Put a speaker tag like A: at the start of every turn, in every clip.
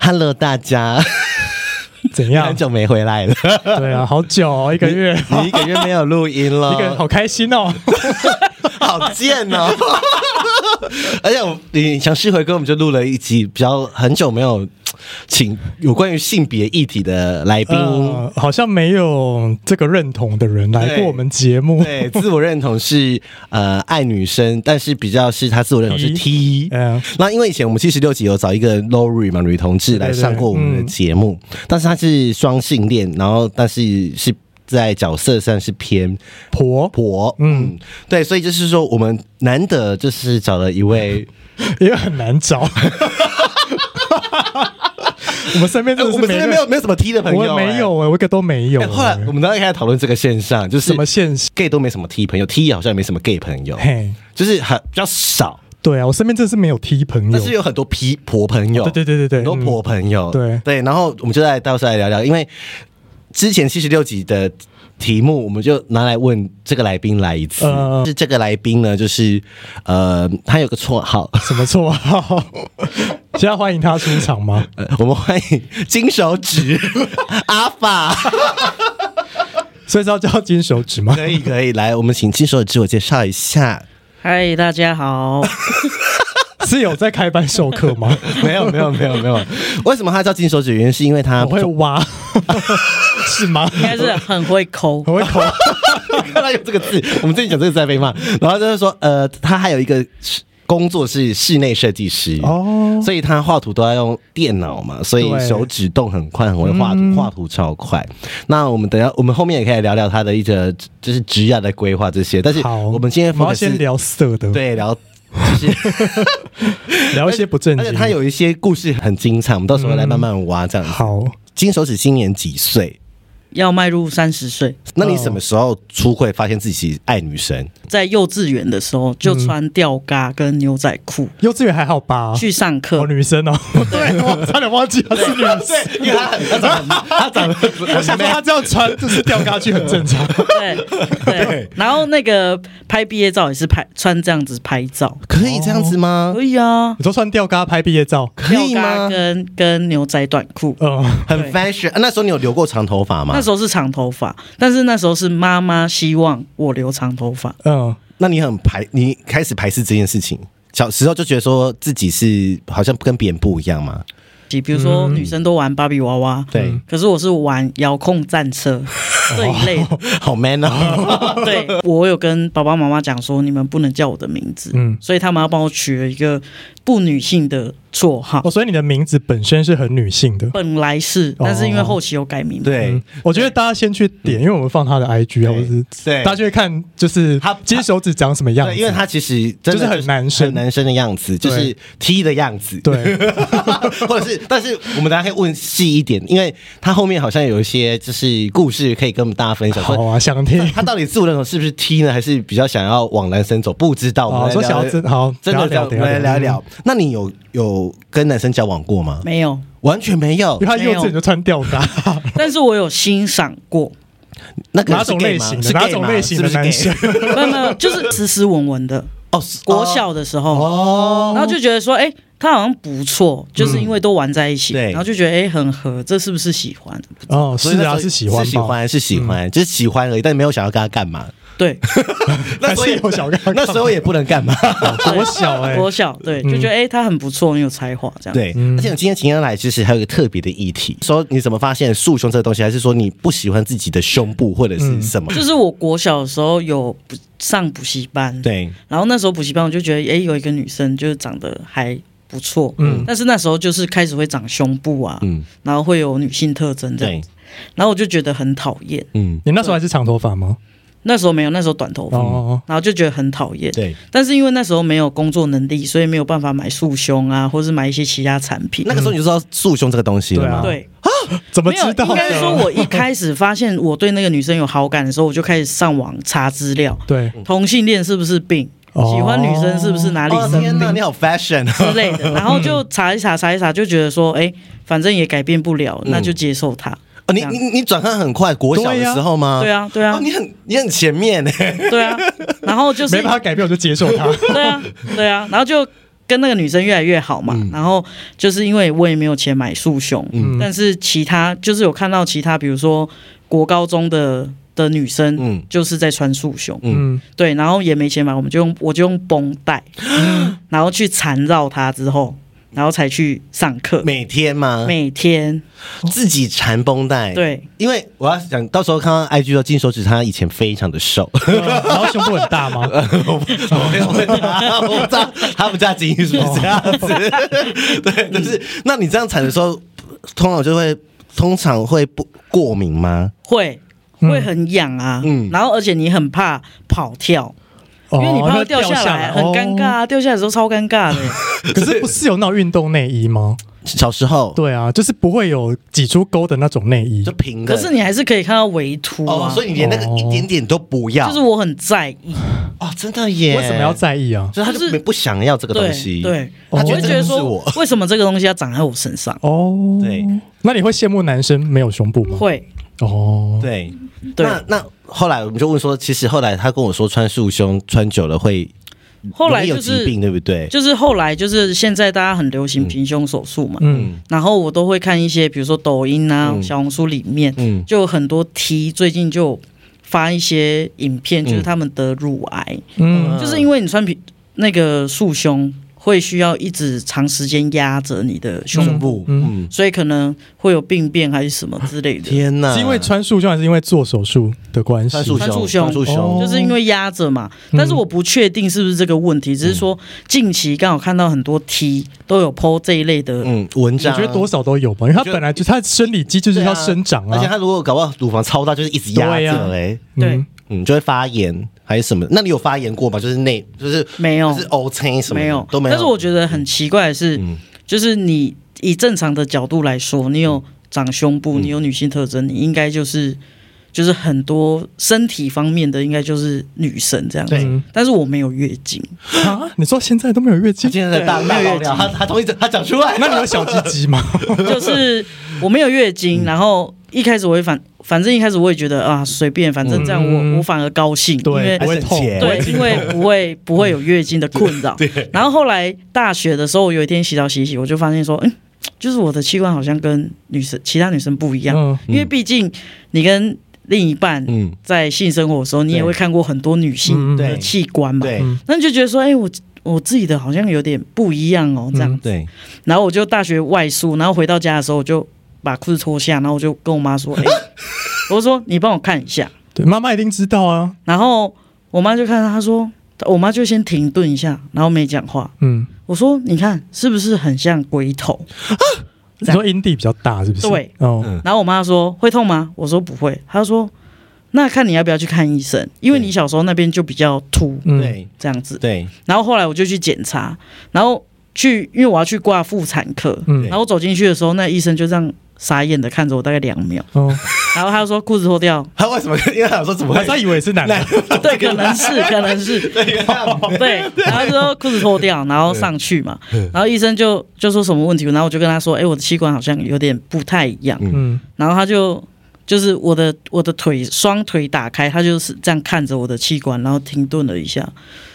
A: Hello，大家，
B: 怎
A: 很
B: 样？
A: 久没回来了，
B: 对啊，好久、哦，一个月，
A: 你一个月没有录音 了，
B: 一个好开心哦。
A: 好贱哦！ 而且我你强势回归，我们就录了一集比较很久没有请有关于性别议题的来宾，
B: 呃，好像没有这个认同的人来过我们节目。
A: 对，自我认同是呃爱女生，但是比较是他自我认同是 T。
B: 嗯
A: 那因为以前我们七十六集有找一个 Lori 嘛，女同志来上过我们的节目，但是她是双性恋，然后但是是在角色上是偏
B: 婆，
A: 婆，
B: 嗯
A: 嗯，对，所以就是说我们难得就是找了一位，
B: 因为很难 找。我们身边真的
A: 哎我
B: 是
A: 们身边没有没有什么 T 的朋友、
B: 我没
A: 哎
B: 有哎、我一个都没有、
A: 哎后来我们刚刚开始讨论这个现象，就是
B: 什么现象？
A: gay 都没什么 T 朋友，T 好像也没什么 gay 朋友，
B: 嘿，
A: 就是很比较少。
B: 对啊，我身边真的是没有 T 朋友
A: 但。是有很多皮婆朋友，
B: 对对对对对
A: 很多
B: 嗯
A: 婆朋友，
B: 对
A: 对。然后我们就来到时候来聊聊，因为之前七十六集的题目，我们就拿来问这个来宾来一次。
B: 嗯
A: 是这个来宾呢，就是呃，他有个绰号，
B: 什么绰号？现在欢迎他出场 吗？
A: 呃我们欢迎金手 指阿法，
B: 所以是要叫金手指吗？
A: 可以可以，来，我们请金手指自我介绍一下。
C: 嗨，大家好，
B: 是有在开班授课 吗？
A: 没有没有没有没有，为什么他叫金手指？原因是因为他
B: 我 会挖， 是吗？
C: 应该是很会抠，
B: 我会口，
A: 看到有这个字，我们最近讲这个字在被骂。然后就是说，呃，他还有一个工作是室内设计师
B: 哦
A: 哦，所以他画图都要用电脑嘛，所以
B: 对
A: 手指动很快，很会画图，画图超快。那我们等一下，我们后面也可以聊聊他的一个就是职业的规划这些。但是
B: 好，
A: 我们今天
B: 我们要
A: focus 是
B: 先聊色的，，
A: 对聊。就是
B: 聊一些不正
A: 而且嗯
B: 经。
A: 他有一些故事很精彩，我们到时候来慢慢挖这样子。
B: 好，
A: 金手指今年几岁？
C: 要迈入三十岁。
A: 那你什么时候出柜发现自己爱女生？
C: 在幼稚园的时候就穿吊嘎跟牛仔裤、
B: 幼稚园还好吧？
C: 去上
B: 哦，
C: 课，
B: 女生哦， 对，我差点忘记她是女 生。
A: 因为他他长得他长得
B: 我想说她这样穿就是吊嘎去很正常。
C: 对对，然后那个拍毕业照也是拍穿这样子拍照，
A: 可以这样子吗？
C: 可以 啊，
B: 你说穿吊嘎拍毕业照，
A: 可以
C: 吊嘎
A: 吗？
C: 跟跟牛仔短裤。
B: 嗯，
A: 很 fashion、啊那时候你有留过长头发吗？
C: 那时候是长头发，但是那时候是妈妈希望我留长头发，
B: 嗯，
A: 那你很排，你开始排斥这件事情。小时候就觉得说自己是好像跟别人不一样嗯嘛，
C: 比如说女生都玩芭比娃娃，
A: 对，
C: 可是我是玩遥控战车这一类的，
A: 好 man 哦。
C: 对我有跟爸爸妈妈讲说，你们不能叫我的名字，
B: 嗯
C: 所以他们要帮我取了一个不女性的绰号，
B: 哦，所以你的名字本身是很女性的。
C: 本来是，但是因为后期有改名，，
A: 对，
B: 嗯， 我觉得大家先去点，因为我们放他的 IG 啊，或者是
A: 对
B: 大家就会看就是
A: 他
B: 金手指长什么样子，
A: 对，因为他其实真的
B: 就是很男生
A: 很男生的样子，就
B: 对
A: 是 T 的样子，
B: 对
A: 或者是，但是我们大家可以问细一点，因为他后面好像有一些就是故事可以跟我们大家分享，说
B: 好啊，想听
A: 他到底自我认同是不是 T 呢，还是比较想要往男生走？不知道。我
B: 好
A: 们来
B: 说
A: 聊
B: 想要真好
A: 真的
B: 聊
A: 聊
B: 聊嗯
A: 来
B: 聊
A: 聊一聊。那你有有跟男生交往过吗？
C: 没有，
A: 完全没有
B: 因为。他幼稚园就穿吊带，
C: 但是我有欣赏过，
A: 那个
B: 哪种类型的？哪种类型的男生？？
C: 没有没有，就是斯斯文文的，
A: 哦，是
C: 国小的时候，
A: 哦，
C: 然后就觉得说，哎、他好像不错，就是因为都玩在一
B: 嗯
C: 起，
A: 对
C: 然后就觉得哎、很合，这是不是喜欢？
B: 哦，
A: 所以
B: 是
A: 那时
B: 啊，
A: 候
B: 是喜欢吧，嗯
A: 是喜欢，是喜欢，就是喜欢而已，但没有想要跟他干嘛。
C: 对，
A: 那所以
B: 还是有小杠杠
A: 那时候也不能干嘛。
B: 国小哎、
C: 国小对，就觉得哎他很不错，很有才华这样。
A: 对，而且今天秦恩来，其实还有一个特别的议题，说你怎么发现束胸这个东西，还是说你不喜欢自己的胸部或者是什么？
C: 就是我国小的时候有补上补习班，，
A: 对，
C: 然后那时候补习班我就觉得，哎、有一个女生就是长得还不错，嗯，但是那时候就是开始会长胸部啊，
A: 嗯
C: 然后会有女性特征这样
A: 对
C: 子，，然后我就觉得很讨厌。
A: 嗯，
B: 你那时候还是长头发吗？
C: 那时候没有，那时候短头发，
B: 哦，
C: 然后就觉得很讨厌。
A: 对。
C: 但是因为那时候没有工作能力，所以没有办法买束胸啊，或是买一些其他产品。
A: 那个时候你就知道束胸这个东西了吗？
B: 对
C: 对，
B: 怎么
C: 没有，
B: 知道
C: 应该
B: 的？
C: 说我一开始发现我对那个女生有好感的时候，我就开始上网查资料，
B: 对，
C: 同性恋是不是病？
B: 哦
C: 喜欢女生是不是啊哪里
A: 哦
C: 生
A: 天哪，
C: 病
A: 你好 fashion 哦
C: 之类 的？然后
A: 嗯
C: 就查一查，查一查，就觉得说，哎，反正也改变不了，那就接受它。
A: 嗯哦！你
C: 这样
A: 你你转换很快，国小的
B: 对呀
A: 时候吗？
C: 对啊，对啊
A: 哦，，你很你很前面哎，
C: 对啊。然后就是
B: 没办法改变，我就接受它。
C: 对啊，对啊，然后就跟那个女生越来越好嘛。
A: 嗯
C: 然后就是因为我也没有钱买束胸，但是其他就是有看到其他，比如说国高中的的女生，
A: 嗯
C: 就是在穿束胸，
B: 嗯，
C: 对，然后也没钱买，我们就用我就用绷 带，然后去缠绕它之后，然后才去上 课，
A: 每天吗？
C: 每天
A: 自己缠绷带，
C: 对，
A: 因为我要想到时候看到 IG 说金手指，他以前非常的瘦，
B: 然后胸部很大吗？
A: 我不我不知道他们家基因是不是这样子，啊对，就是那你这样缠的时候，通常就会通常会不过敏吗？
C: 会会很痒啊，
A: 嗯哦
C: 然后而且你很怕跑跳。
B: 因
C: 因为你怕它
B: 哦掉
C: 掉下来，
B: 来
C: 很尴尬、。
B: 哦
C: 啊，掉下来的时候超 尴尬的。
B: 可是不是有那种运动内衣吗？
A: 小时候
B: 对啊，就是不会有挤出沟的那种内衣
A: 就。平的，
C: 可是你还是可以看到围凸啊，
A: 哦，所以你连那个
B: 哦
A: 一点点都不要，
C: 就是我很在意，
A: 哦，真的耶，
B: 为什么要？在意啊？
A: 所以他就
C: 就是
A: 没不想要这个东
C: 对
A: 西，
C: 对，
A: 他
C: 我
A: 觉
C: 会
A: 得
C: 觉
A: 这
C: 得
A: 不是
C: 说
A: 我，，
C: 为什么这个东西要长在我身上？
B: 哦，
A: 对，
B: 那你会羡慕男生没有胸部吗？
C: 会，
B: 哦，
A: 对。
C: 对。
A: 那那后来我们就问说，其实后来他跟我说穿束胸穿久了会
C: 后来
A: 容易有
C: 就
A: 疾
C: 是
A: 病，对不对？
C: 就是后来就是现在大家很流行平胸手术嘛，
B: 嗯，
C: 然后我都会看一些，比如说抖音啊、
A: 嗯
C: 小红书里面，
A: 嗯
C: 就有很多 T 最近就有发一些影
A: 嗯
C: 片，就是他们得乳癌，
B: 嗯
C: 就是因为你穿平那个束胸，会需要一直长时间压着你的胸部，
A: 部，嗯
B: 嗯，
C: 所以可能会有病变还是什么之类的。
A: 天哪，
B: 是因为穿束胸还是因为做手术的关系
A: 嗯穿？束
C: 穿
A: 胸，
C: 束胸
A: 穿束胸，
B: 哦
C: 就是因为压着嘛，
B: 嗯
C: 但是我不确定是不是这个问题，只是说近期刚好看到很多 T 都有 PO 这一类的，
A: 嗯，文
B: 我
A: 章，
B: 觉得多少都有吧，因为它本来就它的生理机制就是要生长
A: 而且
B: 啊。
A: 他如果搞不好乳房超大，就是一直压
B: 对啊
A: 着，哎，
C: 对，
A: 嗯，就会发炎还是什么？那你有发炎过吗？就是内，就是
C: 没有
A: 就是 O 型什么的
C: 没有
A: 都没有。嗯
C: 但是我觉得很奇怪的是，就是你以正常的角度来说，你有
A: 嗯
C: 长胸部，你有女性特征，你应该就是就是很多身体方面的，应该就是女生这样子。
A: 对
C: 但是我没有月经，
B: 啊，你说现在都没有月经
A: 他，今天在大大爆料，他他同意他讲出来，
B: 那你有小鸡鸡吗？
C: 就是我没有月
A: 嗯
C: 经，然后一开始我会反，反正一开始我也觉得啊随便，反正这样我、
B: 嗯
C: 我反而高兴，因
B: 对，
C: 为
B: 不会痛，
A: 还省钱
B: 不会
C: 对，因为不会不会有月经的困 扰。然后后来大学的时候，我有一天洗澡洗一洗，我就发现说，嗯，就是我的器官好像跟女生其他女生不一样，
B: 嗯
C: 因为毕竟你跟另一半
A: 嗯，
C: 在性生活的时候，你也
A: 对
C: 会看过很多女性
B: 嗯
C: 的
A: 对
C: 器官嘛，
A: 对
B: 嗯
C: 那你就觉得说，哎、我。我自己的好像有点不一样哦，这样。
B: 嗯
A: 对，
C: 然后我就大学外宿，然后回到家的时候，我就把裤子脱下，然后我就跟我妈 说：“哎、我就说你帮我看一下。”
B: 对，妈妈一定知道啊。
C: 然后我妈就看到她说，我妈就先停顿一下，然后没讲话。
B: 嗯，
C: 我说：“你看是不是很像龟头
B: 你说阴蒂比较大是不是？
C: 对，嗯
B: 哦，？”
C: 然后我妈说：“会痛吗？”我说：“不会。”她说：“那看你要不要去看医生，因为你小时候那边就比较凸
B: 嗯，
A: 对
C: 这样子。
A: 对”
C: 然后后来我就去检查，然后去因为我要去挂妇产科，
B: 嗯
C: 然后我走进去的时候，那医生就这样傻眼的看着我大概两秒，
B: 哦，
C: 然后他就说：“裤子脱掉。
A: 他为什么？因为他想说怎么
B: 我
A: 会
B: 还以为是男 的，
C: 对，可能是，可能是。
B: 啊
C: 对，然后就说裤子脱掉，然后上去嘛，然后医生就就说什么问题，然后我就跟他说，哎、我的器官好像有点不太一样，
B: 嗯，
C: 然后他就就是我的我的腿双腿打开，他就是这样看着我的器官，然后停顿了一下，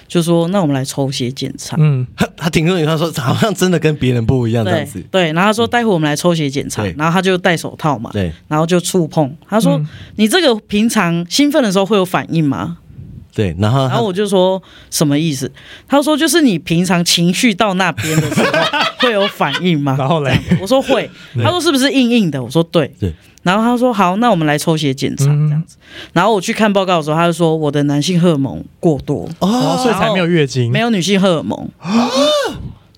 C: 就说那我们来抽血检查，
B: 嗯，
A: 他他停顿一下说好像真的跟别人不一样这样
C: 对
A: 子，
C: 对，然后他说待会我们来抽血检查
A: 对，
C: 然后他就戴手套嘛，
A: 对，嗯
C: 然后就触碰，他说、你这个平常兴奋的时候会有反应吗？
A: 对，然后
C: 然后我就说什么意思？他说就是你平常情绪到那边的时候会有反应吗？
B: 然后嘞
C: 这样子我说会。他说是不是硬硬的？我说对。
A: 对
C: 然后他说好，那我们来抽血检查
B: 嗯
C: 这样子。然后我去看报告的时候，他就说我的男性荷尔蒙过多，
B: 哦，所以才没有月经，啊
C: 没
B: 有
C: 有女性荷尔蒙。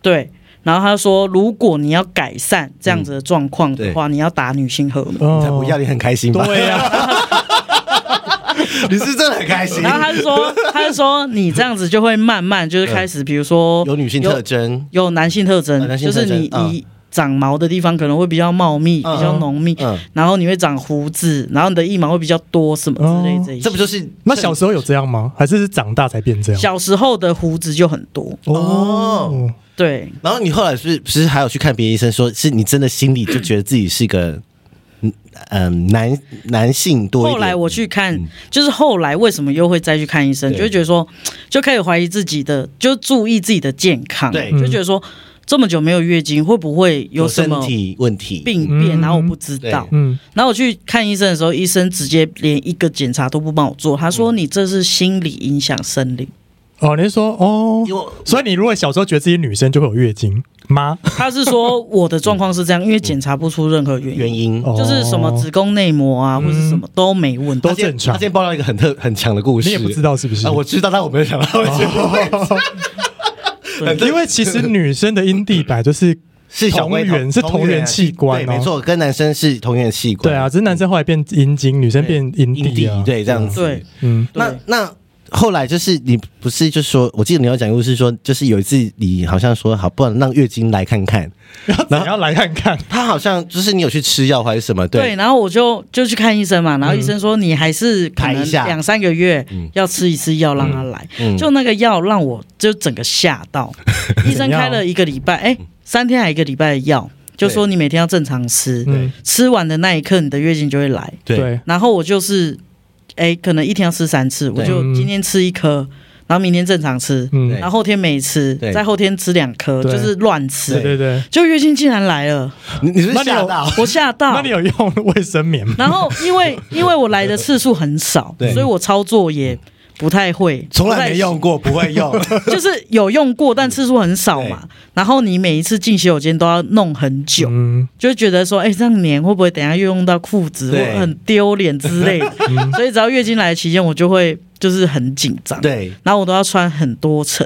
C: 对。然后他说，如果你要改善这样子的状况的
B: 嗯
C: 话，你要打女性荷尔蒙。
A: 他不要你很开心吧？
B: 哦对啊呀，
A: 你是真的很开心
C: 然后他就说，他就说你这样子就会慢慢就是开始，比如说
A: 有女性特征，
C: 哦有男性特征，
A: 啊男性
C: 就
A: 特
C: 是
A: 征
C: 你、
A: 嗯
C: 你长毛的地方可能会比较茂密、
A: 嗯
C: 比较浓密，
A: 嗯
C: 然后你会长胡子，然后你的腋毛会比较多什么之类
B: 哦
C: 这一些。
A: 这不就是
B: 那小时候有这样吗？还是是长大才变这样？
C: 小时候的胡子就很多，
A: 哦
B: 哦，
C: 对，
A: 然后你后来是不是还有去看别的医生说，是你真的心里就觉得自己是个嗯嗯男男性多一点？嗯
C: 后来我去看，就是后来为什么又会再去看医生，
A: 对
C: 就会觉得说，就开始怀疑自己的，就注意自己的健康，
A: 对
C: 就觉得说这么久没有月经，会不会有什
A: 身
C: 么
A: 体问题，
C: 病变？
B: 嗯
C: 然后我不知道
A: 对，
B: 嗯，
C: 然后我去看医生的时候，医生直接连一个检查都不帮我做，他说你这是心理影响生理，
B: 哦，你是说哦
A: 因为我，
B: 所以你如果小时候觉得自己女生就会有月经吗？
C: 他是说我的状况是这样，因为检查不出任何原因，
A: 原因嗯
B: 哦
C: 就是什么子宫内膜啊，或是什么都没问题
B: 都。正常
A: 他今天爆料一个很特很强的故事，
B: 你也不知道是不是
A: 啊？我知道，但我没有想到会是
C: 对
B: 因为其实女生的阴蒂本来就是
A: 是小
B: 同
A: 龟头
B: 源是同源器官
A: 啊对，
B: 哦
A: 没错，跟男生是同源器官，
B: 对啊，只是男生后来变阴茎，女生变阴
A: 阴
B: 蒂啊
A: 蒂，对这样子，
C: 对，
B: 嗯，
A: 那
C: 对
A: 那后来就是你不是就说，我记得你要讲故事说，就是有一次你好像说好，不然让月经来看看，
B: 然后怎样来看看？
A: 他好像就是你有去吃药还是什么？
C: 对，，然后我就就去看医生嘛，然后医生说你还是可
A: 嗯排
C: 能
A: 一下
C: 两三个月要吃一次药让它来，
A: 嗯
C: 就那个药让我就整个吓 到，医生开了一个礼拜，哎，三天还一个礼拜的药，就说你每天要正常吃，
B: 嗯，
C: 吃完的那一刻你的月经就会来，
A: 对，
B: 对，
C: 然后我就是，哎，可能一天要吃三次，我就
B: 嗯
C: 今天吃一颗，然后明天正常吃，
B: 嗯，
A: 对
C: 然后后天没吃
A: 对，
C: 再后天吃两颗，
B: 对
C: 就是乱
B: 对
C: 吃，
B: 对对。
C: 就月经竟然来了，
A: 你你是不
B: 那
A: 是
B: 你有
A: 吓到？
C: 我吓
B: 那
C: 到
B: 你。有用卫生棉吗？
C: 然后因为因为我来的次数很少
A: 对，
C: 所以我操作也不太会，
A: 从来没用过，不会用，
C: 不太， 就是有用过，但次数很少嘛。然后你每一次进洗手间都要弄很久，
B: 嗯，
C: 就会觉得说，哎，这样黏会不会等一下又用到裤子，
A: 对
C: 或很丢脸之类的。所以只要月经来的期间，我就会就是很紧 张，，
A: 对，
C: 然后我都要穿很多层，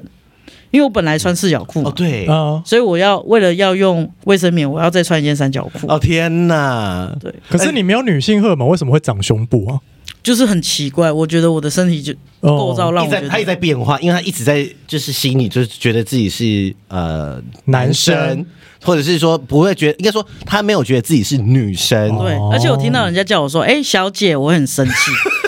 C: 因为我本来穿四角裤嘛，
A: 哦对，
B: 啊，
C: 所以我要为了要用卫生棉，我要再穿一件三角裤，
A: 哦天哪，
C: 对，
B: 可是你没有女性荷尔蒙，为什么会长胸部啊？
C: 就是很奇怪，我觉得我的身体就
B: 哦
C: 构造让
A: 一
C: 我
A: 直
C: 觉
A: 在他一直
C: 得。
A: 在变化，因为他一直在就是心里就是觉得自己是呃
B: 男生
A: 生，或者是说不会觉得，应该说他没有觉得自己是女生，
C: 对
B: 哦，
C: 而且我听到人家叫我说：“哎、小姐，我很生气，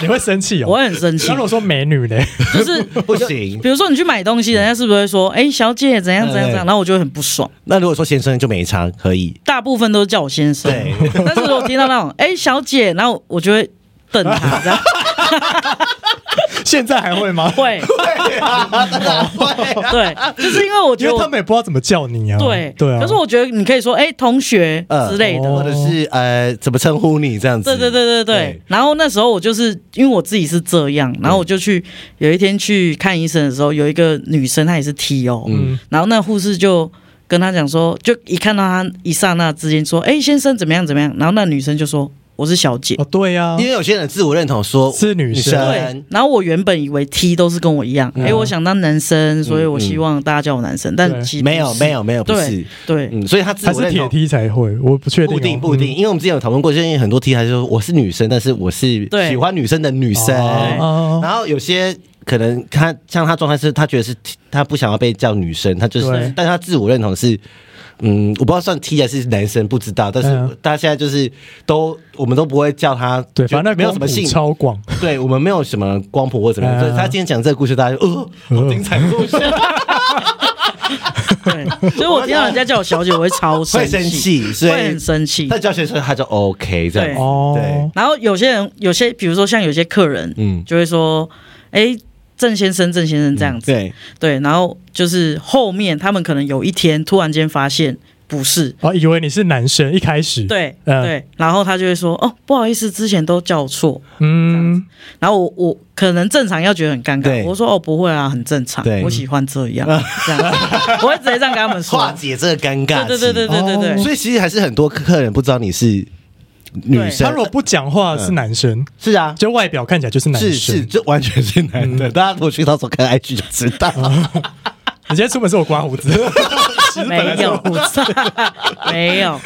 B: 你会生气哦。
C: 我很 生气
B: 那。如果说美女嘞，”
C: 就是
A: 不行。
C: 比如说你去买东西，人家是不是会说：“哎、小姐，怎样怎样怎样？”然后我就会很不爽。
A: 那如果说先生就没差，可以。
C: 大部分都是叫我先生，
A: 对
C: 但是我听到 那种“哎、小姐”，然后我就会 瞪他，这样
B: 现在还会啊吗？
C: 会，对，就是因为我觉
B: 啊因
C: 得
B: 为
C: 我
B: 他们也不知道怎么叫你啊。
C: 对
B: 对啊。
C: 可是我觉得你可以说，哎、同学
A: 嗯
C: 之类的。
B: 哦
A: 或者是呃，怎么称呼你这样子？
C: 对对对对对
A: 对，
C: 然后那时候我就是因为我自己是这样，然后我就去有一天去看医生的时候，有一个女生她也是 T O，、
B: 嗯
C: 然后那护士就跟她讲说，就一看到她一刹那之间说，哎、先生怎么样怎么样，然后那女生就说我是小姐，
B: 哦，对呀
A: 因，为有些人自我认同说
B: 是女
A: 女
B: 生
C: 对，然后我原本以为 T 都是跟我一样，哎、
A: 嗯
C: 我想当男生，所以我希望大家叫我男生，但
B: 对
C: 其实
A: 没有没
C: 有，
A: 有没有不
C: 对
A: 是，
C: 对，
A: 嗯，所以他自
B: 还
A: 我
B: 是
A: 认
B: 铁
A: 同。
B: 梯才会，我不确定哦。
A: 不一定不一定，因为我们之前有讨论过，就是因为很多 T 还是说我是女生，但是我是
C: 对
A: 喜欢女生的女生，
B: 哦哦
A: 然后有些可能他像他状态是，他觉得是 T，他不想要被叫女生，他就是
B: 对，
A: 但他自我认同是，嗯，我不知道算 T 还是男生，不知道，但是
B: 嗯
A: 大家现在就是都我们都不会叫他，
B: 嗯对，
A: 就
B: 反正那
A: 没有什么
B: 光谱
A: 性，
B: 超广。
A: 对我们没有什么光谱或怎么样，
B: 嗯
A: 所以他今天讲这个故事，大家就哦，
C: 呃
A: 好精 彩的故事，
C: 对，所以我听到人家叫我小姐，我会超生
A: 会生气，所
C: 会
A: 以
C: 很生气
A: 他。叫学生他就 OK 这样
C: 对
A: 子，
B: 哦，
C: 然后有些人，有些比如说像有些客人，
A: 嗯
C: 嗯，就会说，哎，郑先生，郑先生这样子，
A: 嗯对，
C: 对，然后就是后面他们可能有一天突然间发现，不是，
B: 哦，以为你是男生一开始，，
C: 对、
B: 嗯
C: 对，然后他就会说哦，不好意思，之前都叫错，
B: 嗯，
C: 然后我我可能正常要觉得很尴
A: 对
C: 尬，我说哦不会啊，很正常
A: 对，
C: 我喜欢这 样，这样我会直接这样跟他们
A: 化
C: 说，
A: 解这个尴尬。哦
C: 对对对对对对对，
A: 所以其实还是很多客人不知道你是女
B: 他
A: 生
B: 如，果不讲话是男生，
A: 是啊，
B: 就外表看起来就是男生，
A: 是是，这完全是男
C: 嗯
A: 的。大家如果去到时候看 IG 就知 道。
C: 啊
B: 你今天出门是我刮胡 子，
A: 啊
B: 其实本来
C: 没
B: 是
C: 有
B: 我胡子，
C: 没有，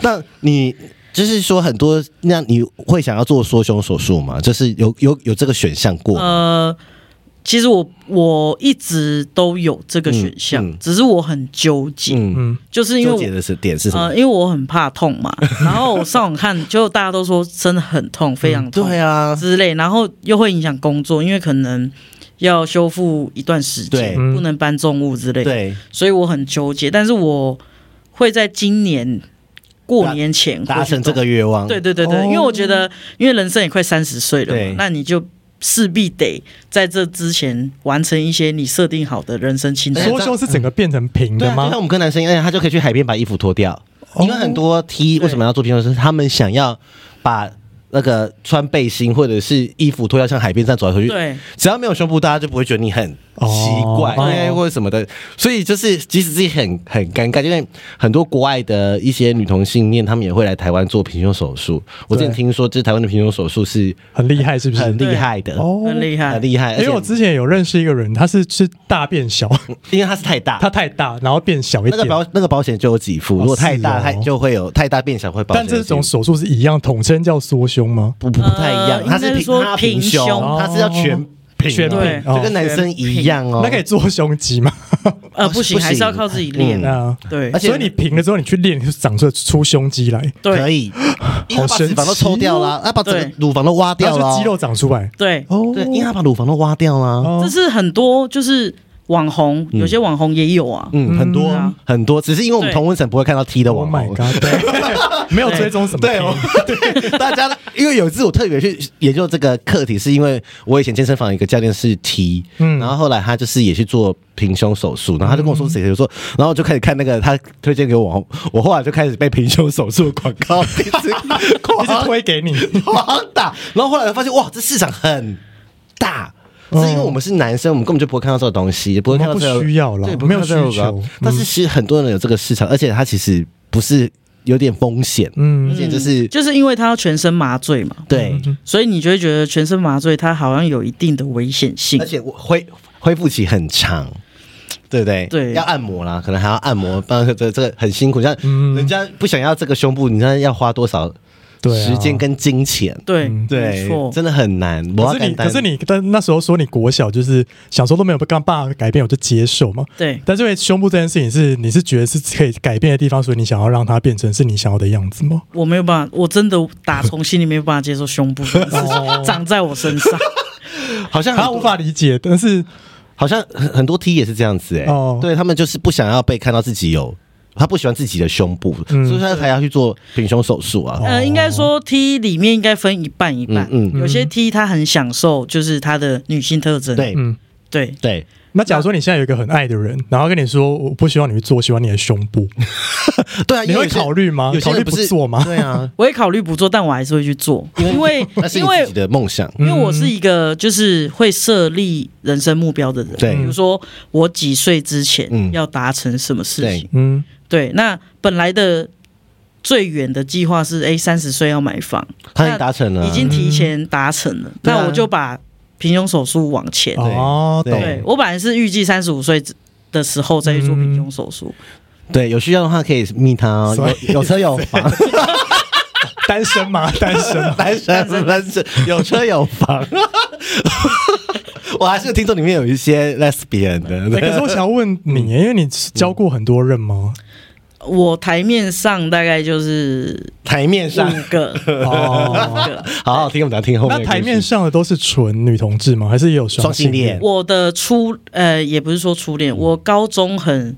A: 那你就是说很多，那你会想要做缩胸手术吗？就是有有有这个选项过吗？
C: 呃，其实我我一直都有这个选项，
A: 嗯嗯
C: 只是我很纠结，
A: 嗯，
B: 嗯，
C: 就是因为
A: 纠
C: 我
A: 结的是点是什么
C: 呃，？因为我很怕痛 嘛，然后我上网看，就大家都说真的很痛，非常痛，
A: 对啊，
C: 之类，然后又会影响工作，因为可能要修复一段时
A: 对，
C: 间不能搬重物之类，
A: 对，
C: 所以我很纠结，但是我会在今年过年前
A: 达成
C: 会去
A: 这个愿望。
C: 对对对对，
B: 哦
C: 因为我觉得，因为人生也快三十岁了
A: 对
C: 嘛，那你就势必得在这之前完成一些你设定好的人生清
A: 哎
C: 单。
B: 缩胸是整个变成平的
A: 对啊，就像
B: 吗哦
A: 我？们跟男生一样，他就可以去海边把衣服脱掉。因为很多 T
C: 对
A: 为什么要做平胸，是他们想要把那个穿背心或者是衣服脱掉，像海边这样走来走去。
C: 对，
A: 只要没有胸部，大家就不会觉得你很奇怪，
B: 哦
A: 对，或者什么的。所以就是，即使自己很很尴尬，因为很多国外的一些女同性恋，她们也会来台湾做平胸手术。我之前
B: 对
A: 听说，就是台湾的平胸手术是
B: 很厉害是不是？
A: 很厉害的，
B: 哦，
C: 很厉害
A: 很。厉害。
B: 因为我
A: 而且
B: 之前有认识一个人，他是是大变小，
A: 因为它是太大，
B: 他太大，然后变小一
A: 那个
B: 点。
A: 保那个保险就有给付，
B: 哦
A: 如果太大，
B: 是哦
A: 它就会有太大变小会保险
B: 但
A: 有给付。
B: 这种手术是一样，统称叫缩胸吗？
A: 不不不太一样，
C: 呃
A: 它是
C: 应该
A: 平
C: 是说
A: 它平
C: 平
A: 胸，
C: 胸
A: 它是要全平哦，
B: 全
C: 平对
B: 哦
A: 就跟男生一样哦。
B: 那可以做胸肌吗？
C: 呃，
A: 哦
C: 不行，
A: 不行
C: 还是要靠自己练。
A: 嗯
B: 啊，
C: 对
A: 而且
B: 所以你平了之后，你去练，你就长出出胸肌来，
A: 可
C: 对
A: 以，因
B: 好
A: 为他把脂
B: 神奇哦
A: 肪都抽掉了，啊他把整个
C: 对
A: 乳房都挖
B: 然
A: 掉
B: 后
A: 了，啊
B: 就肌肉长出来。
C: 对，
B: 哦，
A: 对，因为他把乳房都挖掉了，啊
B: 哦
C: 这是很多就是网红，有些网红也有啊。
A: 嗯，很多
C: 嗯啊
A: 很多，只是因为我们
C: 对
A: 同温层不会看到 T 的
B: ，Oh
A: 网
B: my
A: 红。
B: god，对 没有追踪什么
A: 哦对，我
B: P，
A: 对大家，因为有一次我特别去研究这个课题，是因为我以前健身房有一个教练是 T，
B: 嗯
A: 然后后来他就是也去做平胸手术，然后他就跟我说谁谁说，然后我就开始看那个他推荐给我，我后来就开始被平胸手术的广 告一直
B: 一直
A: 狂
B: 推给你。
A: 狂打，然后后来发现哇，这市场很大。是因为我们是男生，我们根本就不会看到这个东西，也不会看到这
B: 我们嗯
A: 个
B: 哦不需要啦
A: 对，不会看到这个
B: 没有需求嗯
A: 但是其实很多人有这个市场，而且它其实不是有点风险，而
B: 嗯，
A: 且就是
C: 就是因为他要全身麻醉嘛，
A: 对，
C: 所以你就会觉得全身麻醉它好像有一定的危险性
A: 而。且我恢恢复期很长，对不对？
C: 对
A: 要按摩啦，可能还要按摩，不然这这个很辛苦。像
B: 嗯
A: 人家不想要这个胸部，你看要花多少
B: 对啊
A: 时间跟金钱？
C: 对，
A: 嗯对
C: 没，错。
A: 真的很难。我
B: 可是
A: 要
B: 你，
A: 担当
B: 可是你，但那时候说你国小就是想说都没有办法改变，我就接受嘛。
C: 对
B: 但是因为胸部这件事情是你是觉得是可以改变的地方，所以你想要让它变成是你想要的样子吗？
C: 我没有办法，我真的打从心里没有办法接受胸部这件 事
A: 哦
C: 情长在我身上。
A: 好像很
B: 他
A: 多
B: 无法理解，但是
A: 好像很很多 T 也是这样子哎、
B: 哦
A: 对他们就是不想要被看到自己有，他不喜欢自己的胸部，
B: 嗯哦
A: 所以他才要去做平胸手术啊。
C: 呃，应该说 T 里面应该分一半一半，
A: 嗯嗯
C: 有些 T 他很享受就是他的女性特征，
A: 对
B: 嗯，
C: 对
A: 对，
B: 那假如说你现在有一个很爱的人，然后跟你说我不希望你去做，喜欢你的胸部，
A: 对啊，
B: 你
A: 因为
B: 会
A: 有些
B: 考虑吗
A: 有？些
B: 考
A: 人
B: 虑
A: 不
B: 不
A: 是
B: 做吗？
A: 对啊，
C: 我也考虑不做，但我还是会 去做，因为
A: 那是
C: 因
A: 你
C: 为
A: 自己的嗯梦想。
C: 因为我是一个就是会设立人生目标的人，
A: 对
C: 比如说我几岁之前
A: 嗯
C: 要达成什么事情，
B: 嗯，
C: 对，那本来的最远的计划是哎三十岁要买房，
A: 他已经达成了啊，
C: 已经提前达成了，
A: 对啊
C: 那我就把平胸手术往前。
A: 对
B: 哦，
A: 对
B: 懂，
C: 对我本来是预计三十五岁的时候再去做平胸手术，
A: 对有需要的话可以密他哦，
B: 所以
A: 有有车有 房，？
B: 单身吗？单身吗
A: 单身单身有车有房。 我还是听说里面有一些 lesbian 的，
B: 欸可是我想要问
A: 嗯
B: 你，因为你教过很多人吗？
C: 我台面上大概就是
A: 台面上
C: 五个，
B: 哦，
C: 五个。
A: 好好听，我们要听后
B: 嗯
A: 面
B: 那
A: 的故事。
B: 台面上的都是纯女同志吗？还是也有
A: 双性
B: 性
A: 恋？
C: 我的初呃也不是说初
A: 嗯
C: 恋，我高中很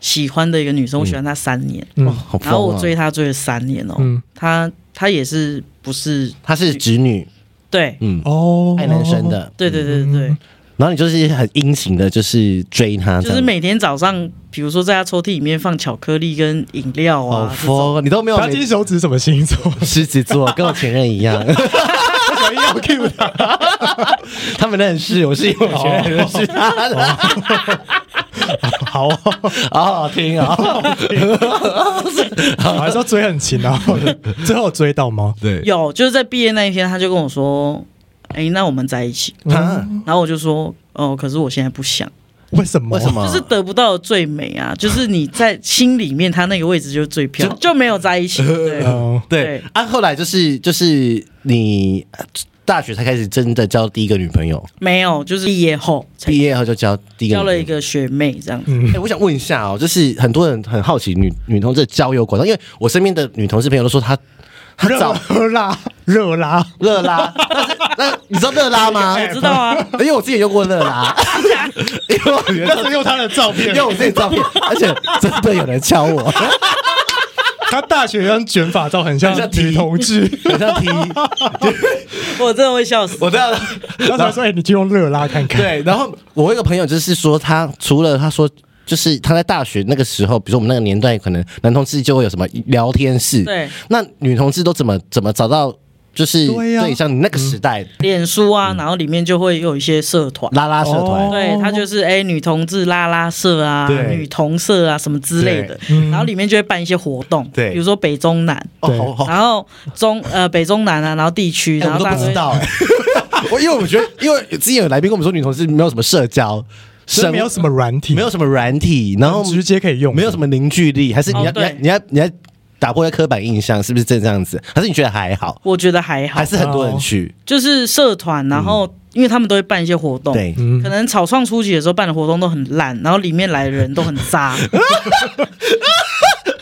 C: 喜欢的一个女生，我喜欢她三年，
B: 嗯
A: 哇，好疯
C: 然后我
A: 啊！
C: 追她追了三年哦，
B: 嗯
C: 她她也是不是
A: 她是直女，
C: 对
A: 嗯，
B: 哦，
A: 爱男生的，
C: 对对对对对，
A: 然后你就是很殷勤的，就是追他，
C: 就是每天早上，比如说在他抽屉里面放巧克力跟饮料
A: 好
C: 啊，这种
A: 疯，你都没有
B: 他金手指什么星座？
A: 狮子座，跟我前任一 样，
B: 小一要 Q 他，
A: 他们认识，我是因为我前任认识他
B: 哦
A: 的，
B: 好哦，
A: 好好听啊、
C: 哦
B: 我还说追很勤 啊，最后有追到吗？
A: 对，
C: 有，就是在毕业那一天，他就跟我说：“哎、那我们在一起。
A: 啊，”
C: 然后我就说：“哦，可是我现在不想，
B: 为什么？
A: 为什？么？
C: 就是得不到的最美啊，就是你在心里面，他那个位置就是最漂亮，就没有在一 起。”对，
B: 嗯，
A: 对
C: 对
A: 啊，后来就是就是你大学才开始真的交第一个女朋友，
C: 没有，就是毕业后才
A: 毕业后就交第一个
C: 交
A: 女朋友，
C: 了一个学妹这样子。
A: 哎、我想问一下哦，就是很多人很好奇女女同志的交友管道，因为我身边的女同事朋友都说她她
B: 热
A: 找
B: 拉热拉，
A: 热拉，但是那你知道热拉 吗？
C: 我知道啊，
A: 因为我自己也用过热拉， 因为我觉得
B: 是用他的照片
A: 因为我自己照片，而且真的有人敲我，
B: 他大学生卷发照很像
A: 很像 T
B: 女同 志。
A: 很像踢，
C: 我真的会笑死。
A: 我这样。
B: 他才说：“哎、你去用热拉看看。”，
A: 对，然后我有一个朋友就是说他，除了他说。就是他在大学那个时候，比如说我们那个年代，可能男同志就会有什么聊天室，
C: 对，
A: 那女同志都怎么怎么找到，就是
B: 对呀
A: 像你那个时代
C: 脸书啊，然后里面就会有一些社团。
A: 拉拉社团，
B: 哦
C: 对，它就是哎、女同志拉拉社啊，
A: 对
C: 女同社啊，什么之类的，
B: 嗯
C: 然后里面就会办一些活动，
A: 对
C: 比如说北中南，
B: 对
A: 哦，好好，
C: 然后中呃北中南啊，然后地区，
A: 哎
C: 然
A: 我
C: 后
A: 都
C: 大
A: 不
C: 家
A: 知
C: 会
A: 道哎， 我因为我觉得，因为之前有来宾跟我们说，女同志没有什么社交，
B: 所以没有
A: 什
B: 什么软体，
A: 没有什么软体，然后
B: 直接可以用，
A: 没有什
B: 么。
A: 么凝聚力，还是你要
C: 哦
A: 你要
C: 对
A: 你要你要打破一下刻板印象，是不是真的这样子？还是你觉得还好？
C: 我觉得还好
A: 还，是很多人去？
C: 就是社团，然后因为他们都会办一些活动，
A: 对，
B: 嗯
C: 可能草创初期的时候办的活动都很烂，然后里面来的人都很渣，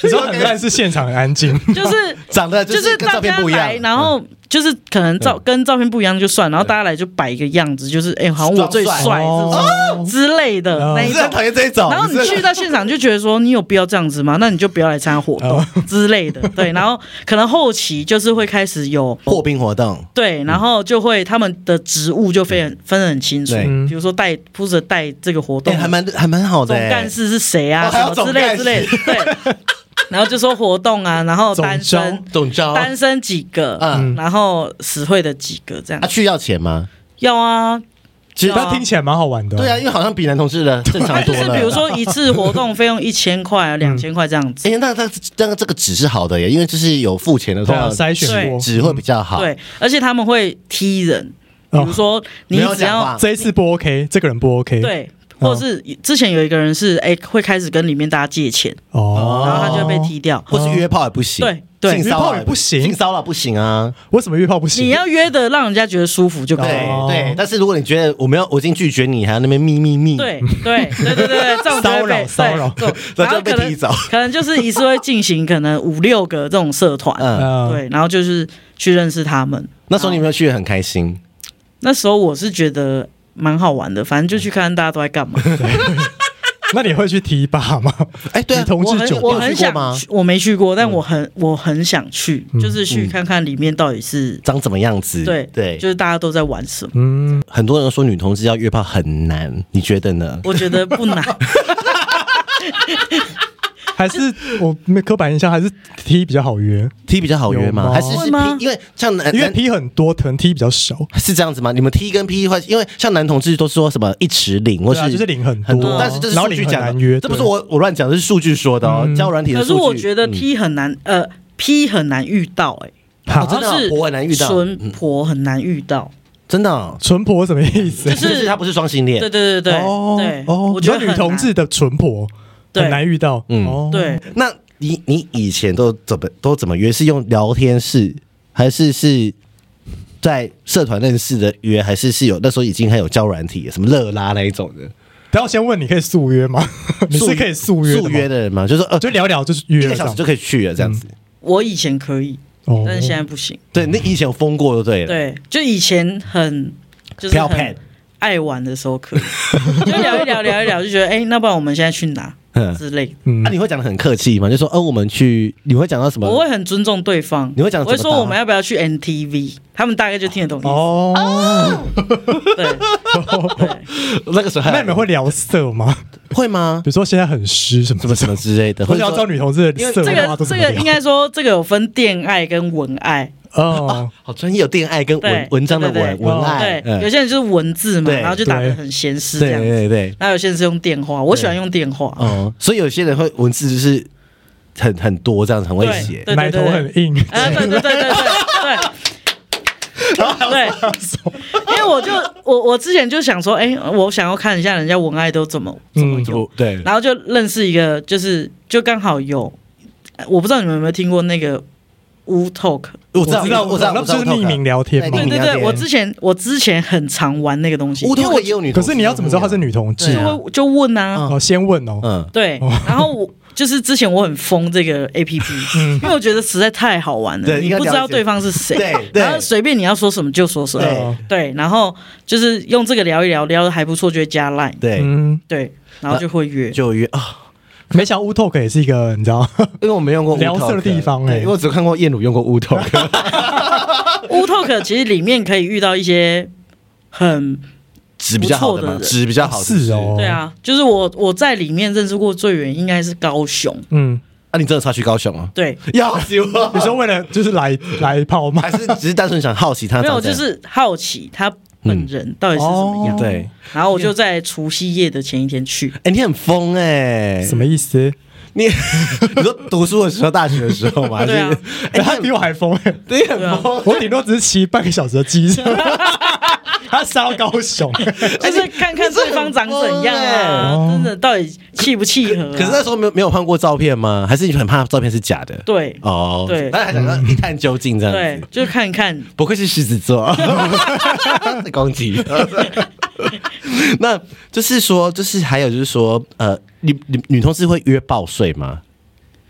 B: 你说很烂是现场很安静，
C: 就是。
A: 长得
C: 就是是
A: 跟照
C: 大
A: 片
C: 家
A: 不一样嗯
C: 来，，然后就是可能照跟照片不一样就算，然后大家来就摆一个样子，就是哎，好像我最
A: 装
C: 帅
A: 帅
C: 是不是之类的
B: 哦
C: 那一
A: 你是
C: 种
A: 很。讨厌这一种，
C: 然后你
A: 是
C: 去到现场就觉得说你有必要这样子吗？那你就不要来参加活
B: 哦
C: 动之类的，对。然后可能后期就是会开始有
A: 破冰活动，
C: 对，然后就会他们的职务就非常分得很清楚
A: 对，哎
B: 嗯
C: 比如说带负责带这个活动
A: 对，还蛮还蛮好的
C: 总
A: 欸，
C: 干事是谁
A: 哦
C: 啊，
A: 还
C: 什
A: 有
C: 么之类
A: 总干事
C: 之类的，对。然后就说活动啊，然后单身
B: 总
A: 董招哦
C: 单身几个，
A: 嗯
C: 然后死会的几个这样
A: 啊，，去要钱吗？
C: 要啊，
A: 其
C: 要
B: 但听起来蛮好玩的。哦
A: 对啊，，因为好像比男同志的正常
C: 那就
A: 多
C: 是
A: 了。
C: 比如说一次活动费用一千块啊、两千块这样子
A: 哎、。那那那个这个纸是好的耶，因为就是有付钱的，
B: 对
A: 通
B: 啊，
A: 常
B: 筛选嗯过。
A: 纸会比较好。，
C: 对，而且他们会踢人，比如说你
A: 没有
C: 只
A: 讲
C: 要
A: 话，
B: 这一次不 OK，这个人不 OK。，
C: 对，或者是之前有一个人是哎、会开始跟里面大家借钱，
B: 哦，
C: 然后他就会被踢掉。
A: 或是约炮也不行，
C: 对对
A: 性骚
B: 约
A: 扰
B: 炮也不行
A: 性骚扰不行啊。
B: 为什么约炮不行？
C: 你要约的让人家觉得舒服就可
A: 对
C: 以。
B: 哦
A: 对，但是如果你觉得我没有，我已经拒绝你，还要那边秘密密，
C: 对对对对对对，这种就会被
B: 骚扰
C: 对这种
A: 那
C: 然
A: 就
C: 后
A: 被
C: 可
A: 踢
C: 能
A: 走。
C: 可能就是一次会进行可能五六个这种社团，
A: 嗯，
B: 嗯，
C: 对，然后就是去认识他们。
A: 那时候你有没有去得很开心？
C: 那时候我是觉得蛮好玩的，反正就去看看大家都在干嘛。
B: 那你会去提拔 吗？
A: 哎，对啊，
B: 女同志
A: 我很
B: 酒
A: 我
C: 我
A: 很
C: 很
A: 想
C: 想
A: 吗？
C: 去，我没去过，但我很我很想去，就是去看看里面到底是
A: 长怎么样子？
C: 对
A: 对，
C: 就是大家都在玩什么。
B: 嗯，
A: 很多人说女同志要约炮很难，你觉得呢？
C: 我觉得不难，
B: 还是我没刻板印象，还是 T 比较好约，
A: T 比较好约
B: 有
A: 吗？
B: 吗
A: 还是是
C: 会吗
A: P？因为像男
B: 因为
A: 男
B: P 很多，可能 T 比较少。
A: 是这样子吗？你们 T 跟 P 会，因为像男同志都说什么一尺零，或
B: 对啊
A: 是
B: 就是领很多
A: 很多，
B: 啊
A: 但是这是
B: 然后
A: 数据
B: 领很
A: 讲的，
B: 难约
A: 这不是
B: 对嗯
A: 我我乱讲，这是数据说的哦，交友软体的
C: 可
A: 数据。
C: 是我觉
A: 嗯
C: 得 T 很难，呃，P 很难遇到，哎，
A: 哦
B: 哈，
A: 真的哦
C: 就是
A: 婆很难遇到
C: 纯婆很难遇到，
A: 真的哦，
B: 纯婆什么意思？
C: 就是
A: 就是他不是双性恋，
C: 对对对对
B: 哦
C: 对，
B: 哦，
C: 我觉得
B: 你说女
C: 很难
B: 同志，的纯婆
C: 对
B: 很难遇到，
A: 嗯
B: 哦，
C: 对，
A: 那你你以前都怎么都怎么约？是用聊天室，还是是在社团认识的约，还是是有那时候已经还有交友软体，什么乐拉那一种的？
B: 但我先问，你可以速约吗？你是可以速约的
A: 速
B: 吗
A: 约，的人吗？就是说呃，
B: 就
A: 就
B: 聊聊就是
A: 一
B: 约嗯
A: 个
B: 了这
A: 小时
B: 样
A: 就。可以去了这样子。
C: 我以前可以，
B: 哦
C: 但是现在不行，
A: 对，那以前有封过就对了。
C: 对，就以前很就是
A: 漂
C: 很
A: 配
C: 爱玩的时候可以，就聊一聊聊一聊，就觉得哎，那不然我们现在去哪？
A: 嗯，
C: 之类的。
B: 嗯
A: 那、，你会讲的很客气吗？就说，哦，我们去，你会讲到什么？
C: 我会很尊重对方，
A: 你会讲
C: 我会
A: 怎么
C: 说
A: 搭
C: 我们要不要去 NTV，他们大概就听得懂意思。
B: 哦，
C: 对，
A: 那个时候还
B: 那你们会聊色吗？
A: 会 吗
B: 比？如说现在很湿什么
A: 什么什么之类的，
B: 我
A: 或者
B: 想要
A: 说
B: 招女同志的色
C: 这
B: 的话
C: 个
B: 都怎
C: 这
B: 么
C: 个
B: 聊
C: 应该说这个有分恋爱跟文爱，
B: 哦，
A: 好专业，有恋爱跟文
C: 对
A: 文章的
C: 对
A: 文
C: 对
A: 文爱，
C: 对，
A: 嗯
C: 有些人就是文字嘛，
A: 对
C: 然后就打得很闲适这
A: 对
C: 样子。
A: 对对，
C: 那有些人是用电话，我喜欢用电话。
A: 哦，所以有些人会文字就是很很多这样子，很会写，
C: 对对
B: 奶头
C: 对
B: 很硬，
C: 啊，对对对对对 对。对，因为我就我我之前就想说，哎、我想要看一下人家文爱都怎么怎么
B: 嗯
C: 有，
A: 对
C: 然后就认识一个，就是就刚好有，呃我不知道你们有没有听过那个 Wu Talk，
A: 我
B: 我知道，我知道，那不就是匿名聊天吗
A: 匿
C: 对？
A: 名
C: 对
A: 聊天
C: 对，我之前我之前很常玩那个东西，
A: 乌
C: 因为
A: 托
C: 我
A: 克也有女同
B: 可
A: 志，
B: 是你要怎么知道他是女同志
A: 对啊
B: 啊？
C: 就会就问啊，
A: 嗯
B: 哦，先问哦，
A: 嗯？
C: 对，然后我就是之前我很疯 这个 A P P，因为我觉得实在太好玩
A: 嗯
C: 了，
A: 对
C: 你
A: 应该
C: 不知
A: 了
C: 道
A: 解
C: 对方是谁，
A: 对对
C: 然后随便你要说什么就说什么，
A: 对
C: 对，然后就是用这个聊一聊，聊的还不错，就会加 Line，
A: 对，
B: 嗯，
C: 对，然后就会约，
A: 就约啊，
B: 没想到乌 talk 也是一个，你知道，
A: 因为我没用过乌
B: 聊
A: 托
B: 色的
A: 克
B: 地方
A: 对
B: 欸
A: 因为我只看过燕鲁用过乌托 克，
C: 乌 Talk 其实里面可以遇到一些很
A: 纸比较好的嘛
C: 不错，的
A: 纸比较好的
B: 是哦，
C: 对，啊，就是我我在里面认识过最远应该是高雄，
B: 嗯，
A: 纸，啊那你真的差去高雄吗？
C: 对，
A: 要死我！
B: 你说为了就是来来泡吗
A: 还？是只是单纯想好奇他
C: 没有
A: 长这
C: 就
A: 样？
C: 是好奇他本人到底是什么样，
B: 哦
A: 对，
C: 然后我就在除夕夜的前一天 去，
A: 哎，你很疯哎，
B: 什么意思？
A: 你 你说读书的时候，大学的时候嘛，
C: 对啊
A: 就是，哎，
B: 他比我还疯欸，
A: 你
C: 啊
A: 很你很疯，
B: 我顶多只是骑半个小时的机 车，他杀到高雄，
A: 哎
C: 就是看看对方长怎样
B: 你
C: 啊，
A: 欸
C: 真的到底契不契合啊、
A: 可 是那时候没有没有换过照片吗？还是你很怕照片是假的？
C: 对
A: 哦，
C: 对
A: 那还想
B: 嗯
A: 要一探究竟这样
C: 对
A: 子，。
C: 就看看
A: 不愧是狮 子座，在攻击。那就是说，就是还有就是说，呃，女女女同事会约报睡吗？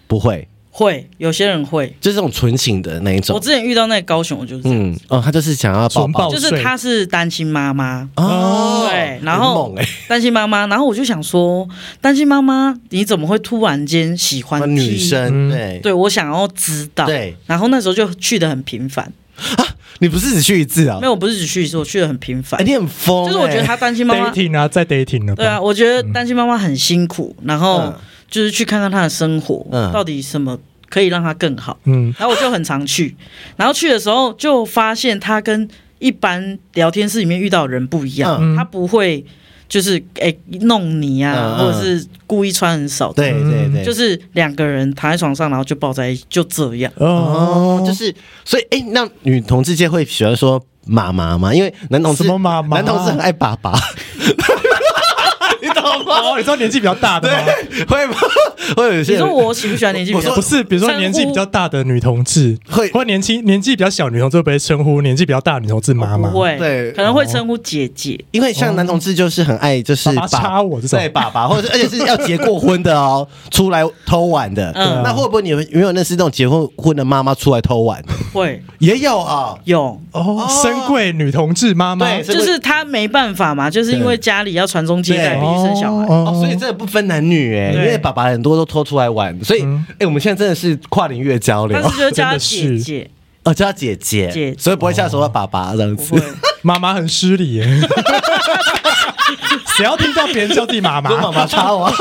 A: 不会，
C: 会有些人会。
A: 就是这种纯情的那一
C: 我
A: 种。
C: 之前遇到那个高雄，我就是这样、
A: 嗯，哦，他就是想要抱
B: 纯抱
A: 抱
B: 嗯
C: 就是她是单亲妈妈，
A: 哦，
C: 对，然后
A: 很猛哎，
C: 单亲妈妈，然后我就想说，单亲妈妈你怎么会突然间喜欢
A: 那
C: 踢
A: 女？生
B: 嗯
A: 对，
C: 对我想要知道，
A: 对，
C: 然后那时候就去的很频繁，
A: 啊你不是只去一次啊
C: 没？有，我不是只去一次，我去的很频繁
A: 哎，，你很疯
C: 就
A: 哎，
C: 是我觉得她单亲妈妈
B: dating 啊，在 dating 了吧，
C: 对啊，我觉得单亲妈妈很辛苦，然后
A: 嗯
C: 就是去看看她的生活，
A: 嗯
C: 到底什么可以让她更好。
B: 嗯，
C: 然后我就很常去，然后去的时候就发现她跟一般聊天室里面遇到的人不一样，
B: 嗯
C: 她不会就是诶、弄你啊
A: 嗯，嗯
C: 或者是故意穿很少，
A: 对对
B: 嗯
A: 对，
C: 就是两个人躺在床上，然后就抱在一起，就这样。
B: 哦
A: 哦，，就是所以哎、诶那女同志界会喜欢说妈妈吗？因为男同志
B: 什么妈妈啊
A: 男同志很爱爸爸，你懂吗？
B: 哦，你知道年纪比较大的吗？
A: 会吗？会有些人
C: 你说我喜不喜欢年纪比较
B: 不是，比如说年纪比较大的女同志，
A: 会
B: 或年轻年纪比较小的女同志会不会称呼年纪比较大的女同志妈妈？
C: 不会，
A: 对
C: 可能会称呼姐姐。
A: 因为像男同志就是很爱就是
B: 爸爸插我这种
A: 对爸爸，或者是而且是要结过婚的 哦，出来偷玩的。
B: 啊
C: 嗯
A: 那会不会你们有没有认识那种结婚婚的妈妈出来偷玩的？
C: 会
A: 也有啊、
C: 有，
B: 嗯哦，深贵女同志妈妈，
A: 对这个
C: 就是她没办法嘛，就是因为家里要传宗接代，
A: 对
C: 必须生小孩。
A: 哦，所以真的不分男女哎、因
C: 对
A: 为爸爸很多都偷出来玩，所以哎、
B: 嗯
A: 我们现在真的是跨领域的交流
C: 但。是就叫
B: 真
C: 她
B: 的
C: 姐
B: 是
C: 姐，
A: 哦，叫他姐姐，
C: 姐姐
A: 所以不会下手到爸爸这样
C: 不
A: 子
C: 会。。
B: 妈妈很失礼耶，谁要听到别人叫自己妈
A: 跟妈
B: 妈？
A: 妈插我，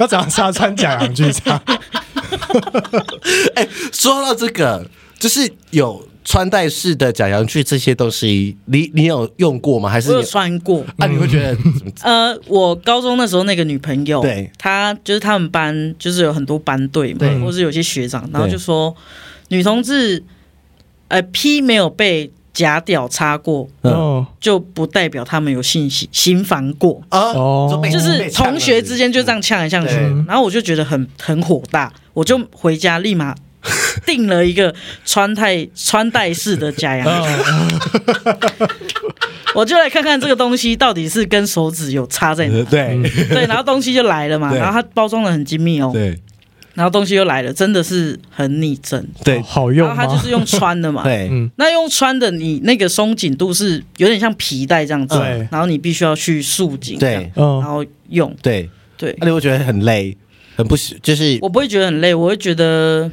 B: 要怎样杀穿假洋剧差？
A: 哎、说到这个，就是有穿戴式的假洋具这些东西，你你有用过吗？还是
C: 我有
A: 你
C: 穿过。
A: 啊？你会觉得怎么
C: 呃，我高中那时候那个女朋友，
A: 对
C: 她就是他们班就是有很多班队嘛，或是有些学长，然后
A: 对
C: 就说女同志，呃，P 没有被假屌插过，
A: 嗯
B: 哦，
C: 就不代表他们有性行行房过。
A: 啊？
B: 哦
A: 说被
C: 就是同学之间就这样呛来呛去
A: 对，
C: 然后我就觉得很很火大，我就回家立马订了一个穿戴穿戴式的 假洋，
A: 哦
B: 哦
C: 我就来看看这个东西到底是跟手指有差在哪
A: 呃。对
C: 对，然后东西就来了嘛，
A: 对
C: 然后它包装的很精密
B: 嗯
C: 哦，
A: 对
C: 然后东西又来了，真的是很拟真。
A: 对
B: 好
C: 然
B: 用
C: 后它
B: 吗？
C: 就是用穿的嘛，
B: 嗯
A: 对，
C: 那用穿的你那个松紧度是有点像皮带这样子，
B: 对
C: 然后你必须要去束紧，
A: 对，哦
B: 嗯，
C: 然后用。
A: 对，
C: 对
A: 那你会觉得很累，很不喜，就是
C: 我不会觉得很累，我会觉得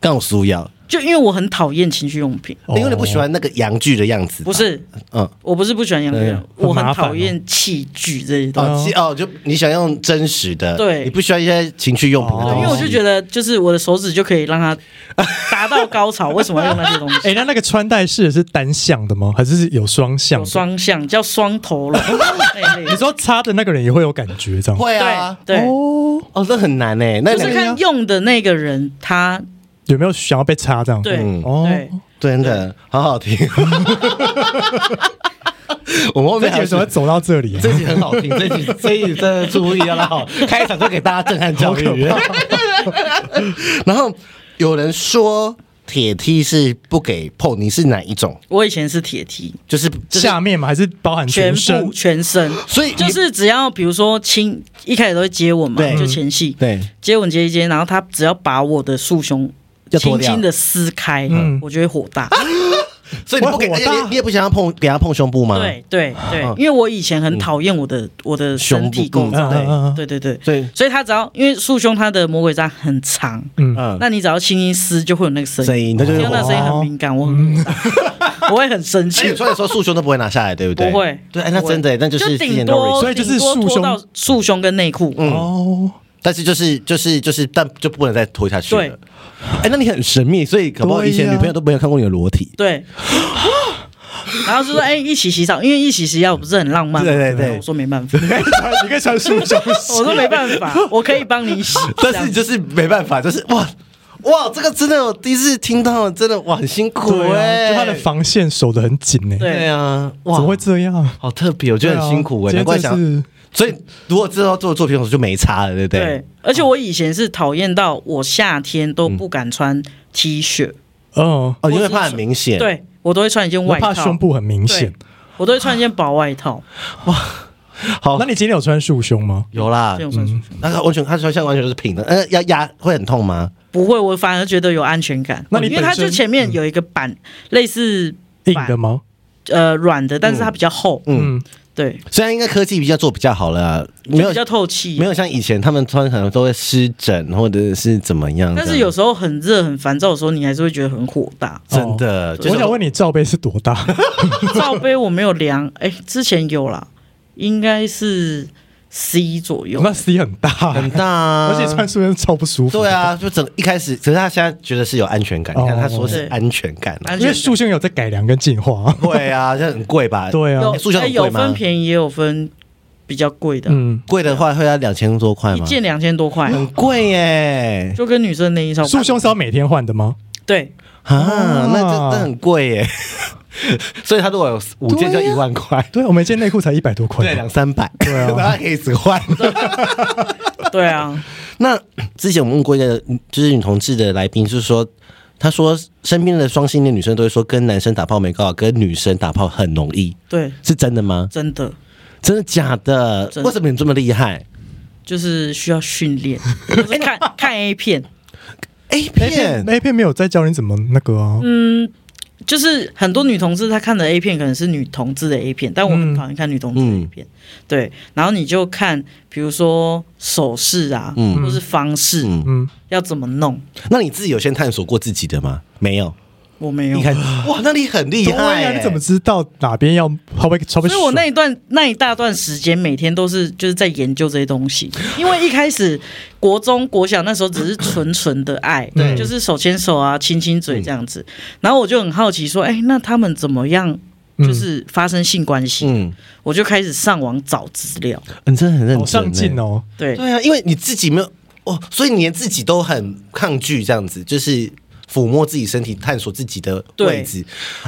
A: 更俗要，
B: 哦
C: 就因为我很讨厌情趣用品，
A: 因为你不喜欢那个洋剧的样子，
C: 不？是，
A: 嗯，
C: 我不是不喜欢养
A: 对
C: 乐，我
B: 很
C: 很
B: 麻烦
C: 讨厌器具这些东西。
A: 哦，其哦，就你想用真实的，
C: 对
A: 你不需要一些情趣用品的
B: 哦
A: 东
C: 对，
A: 西，
C: 因为我就觉得，就是我的手指就可以让它达到高潮，为什么要用那些东西？
B: 哎，那那个穿戴式的是单向的吗？还是是有双向
C: 有
B: 的？
C: 双向叫双头龙那一类的，
B: 你说擦的那个人也会有感觉这样？
A: 会
C: 对
A: 啊，
C: 对，
B: 哦，
A: 哦，这很难诶，那
C: 就
A: 两
C: 是
A: 个
C: 看用的那个人他
B: 有没有想要被擦这样？
C: 对
A: 嗯
B: 哦，
C: 对
A: 真的好好 听，我们后
B: 这
A: 面还
B: 节
A: 有
B: 怎么走到这里啊？
A: 这集很好 听，这集这一集真的注意了好，开场就给大家震撼教育。 然后有人说铁梯是不给碰，你是哪一种？
C: 我以前是铁梯，
A: 就是就是
B: 下面嘛，还是包含
C: 全
B: 身
C: 部？全身，
A: 所以你
C: 就是只要比如说亲，一开始都会接吻嘛
A: 对，
C: 就前戏，
A: 对
C: 接吻接一接，然后他只要把我的束胸
A: 要脱
C: 轻
A: 掉啊
C: 轻的撕开
B: 嗯，
C: 我就会火大。
A: 所以你不给，
B: 我火
A: 而且
B: 大
A: 你你也不想要碰，给他碰胸部吗？，
C: 对对对，因为我以前很讨厌我的我的身体构
A: 啊胸部啊
B: 嗯
C: 造，
B: 嗯嗯嗯
C: 对对对，
A: 所以
C: 所以他只要因为束胸它的魔鬼粘很长，
B: 嗯，
A: 嗯，
C: 那你只要轻轻撕就会有那个声
A: 声
C: 音，
A: 音那哦就
C: 听
A: 是
C: 到那
A: 我。
C: 声音很敏感，我很火 大我会很生
A: 而且
C: 气
A: 你，穿的时候束胸都不会拿下来，对不哎对？
C: 不会
A: 对，哎那真的，那就是之
C: 顶
A: 前都
C: 多
A: respect
B: 所以就是
C: 顶多
B: 束
C: 脱
B: 胸
C: 到束胸跟内
A: 嗯
C: 裤，
B: 哦，
A: 但是就是就是就是，但就不能再拖下去
C: 对
A: 了。哎，那你很神秘，所以搞不好以前
B: 对呀
A: 女朋友都没有看过你的裸体。
C: 对。 然后就说：“哎、一起洗澡，因为一起洗澡不是很浪漫吗？”
A: 对对对
C: 然后我说没办法，
B: 你可以穿束胸式
C: 我说没办法，我可以 帮你洗。这
A: 但
C: 样
A: 是就是没办法，就是哇哇，这个真的我第一次听到，真的哇很辛苦
B: 对
A: 哎、
B: 啊，就他的防线守得很紧呢。
C: 对
A: 对啊，哇，
B: 怎么会这样？
A: 好特别？我觉得很辛苦哎、
B: 对啊
A: 难怪
B: 今
A: 想
B: 天真。是
A: 所以如果知道做作品的时候就没差了，对不对？
C: 对，而且我以前是讨厌到我夏天都不敢穿 T 恤，
B: 哦，
A: 哦，因为怕很明显，，
C: 对我都会穿一件
B: 我
C: 外套，
B: 怕胸部很明显
C: 对。，我都会穿一件薄外套，
A: 好哦
B: 那，你今天有穿束胸吗？
A: 有啦
C: 这。种穿出去
A: 那个完全，他说像完全都是平的，呃，要压会很痛吗？
C: 不会，我反而觉得有安全感。
B: 那你
C: 因为它
B: 本身
C: 就前面有一个板，类似
B: 硬的吗？
C: 呃软的，但是它比较厚，
B: 嗯，
C: 对，
A: 虽然应该科技比较做比较好了啊，没
C: 就
A: 有
C: 比较透气，
A: 没有像以前他们穿可能都会湿疹或者是怎么样的，。
C: 但是有时候很热很烦躁的时候，你还是会觉得很火 大
A: 真的，呃
B: 哦
A: 就
B: 我
A: 是
B: 想问你罩杯是多大？
C: 罩杯我没有量，哎、之前有啦，应该是 C 左右。
B: 那 C 很大，
A: 很大啊，
B: 而且穿束胸超不舒服。
A: 对，啊，就整一开始，可是他现在觉得是有安全感。
B: 哦
A: 你看他说是
C: 对
A: 安全感啊，
C: 安
B: 因
C: 全
B: 为
C: 感
B: 束胸有在改良跟进化。
A: 贵啊，这很贵吧？，
B: 对啊
C: 有，
A: 哎塑胶
C: 哎
A: 很贵
C: 有
A: 吗
C: 分便宜也有分比较贵的，
B: 嗯，
A: 贵的话会要两千多块
C: 一
A: 吗？
C: 件啊哦两千多块，
A: 很贵耶！
C: 就跟女生内衣差不多。
B: 束胸是要每天换的吗？
C: 对，
A: 啊，那真的很贵 耶。所以他如果有五件就一万块，
B: 对，我们一件内裤才一百多块。
A: 对，两三百，
B: 对 啊
A: 然后他可以一直换。
C: 对啊，
A: 那 之前我们问过一个就是女同志的来宾，就是说。他说，身边的双性恋女生都会说，跟男生打炮没高潮，跟女生打炮很容易，
C: 对，
A: 是真的吗？
C: 真的
A: 真的假的？
C: 真的
A: 为什么你这么厉害
C: 就是需要训 练，就是看看 A 片，
A: ？A
B: A 片
A: 片
B: A 片没有在教你怎么那个啊？
A: 嗯
C: 就是很多女同志她看的 A 片可能是女同志的 A 片，但我
A: 嗯
C: 很讨厌看女同志的 A 片。对，然后你就看，比如说手势啊，
A: 嗯
C: 或是方式、
A: 嗯
B: 嗯，
C: 要怎么弄，
A: 那你自己有先探索过自己的吗？没有，
C: 我没有
A: 你。看，哇，那你很厉
B: 对
A: 害、
B: 啊，你怎么？知道哪边要稍微稍微？
C: 所以我那一段那一大段时间，每天都是就是在研究这些东西，因为一开始国中、国小那时候只是纯纯的爱，
B: 对
C: 就是手牵手啊、亲亲嘴这样子。然后我就很好奇说，哎、那他们怎么样就是发生性关系？
A: 嗯，
C: 我就开始上网找资料，
A: 你嗯真的很认真、欸
B: 好上进。哦，
C: 对，
A: 对啊，因为你自己没有哦，所以你连自己都很抗拒这样子，就是抚摸自己身体，探索自己的位置。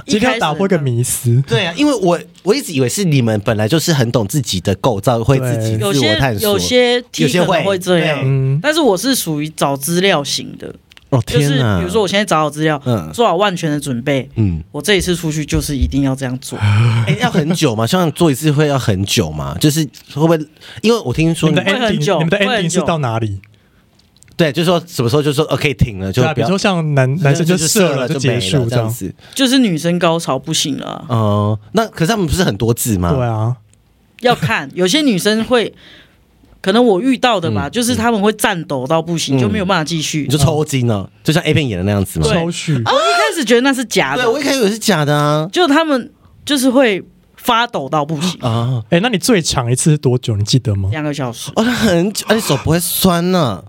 C: 一
B: 今天
C: 开
B: 要
C: 始
B: 打破一个迷思。
A: 对啊，因为我我一直以为是你们本来就是很懂自己的构造，会自己
C: 有
A: 自我
C: 些
A: 探索。
C: 有些 T
A: 有些
C: 可
A: 会
C: 能会这样
A: 对
B: 嗯，
C: 但是我是属于找资料型的，
A: 哦
C: 就
A: 天
C: 是
A: 哪！
C: 比如说我现在找好资料，
A: 嗯
C: 做好万全的准备，
A: 嗯，
C: 我这一次出去就是一定要这样做。
A: 哎、要很久吗？像做一次会要很久吗？就是会不会？因为我听
B: 你
A: 说
B: 们的
C: 会很
B: ending，
C: 久
B: 你们的
C: 会很
B: ending 是
C: 久
B: 到哪里？
A: 对，就是说什么时候就说哦可以停了，就
B: 对啊，
A: 不
B: 比如
A: 要
B: 说像男男生就射了就
A: 没
B: 结束
A: 这
B: 这
A: 样
B: 样。
A: 子。
C: 就是女生高潮不行了啊、
B: 啊
A: 啊哦、那可是他们不是很多字吗？
B: 对啊，
C: 要看有些女生会可能我遇到的吧，就是他们会颤抖到不行，就没有办法继续。
A: 嗯你就抽筋了，就像 A 片演的那样子嘛。
C: 对
B: 抽蓄
C: 我一开始觉得那是假
A: 对，
C: 的，
A: 我一开始以为是假的啊
C: 就他们就是会发抖到不行，
A: 啊！
B: 哎、那你最长一次是多久？你记得 吗？
C: 两个小时，
A: 哦，那很久，而且手不会酸啊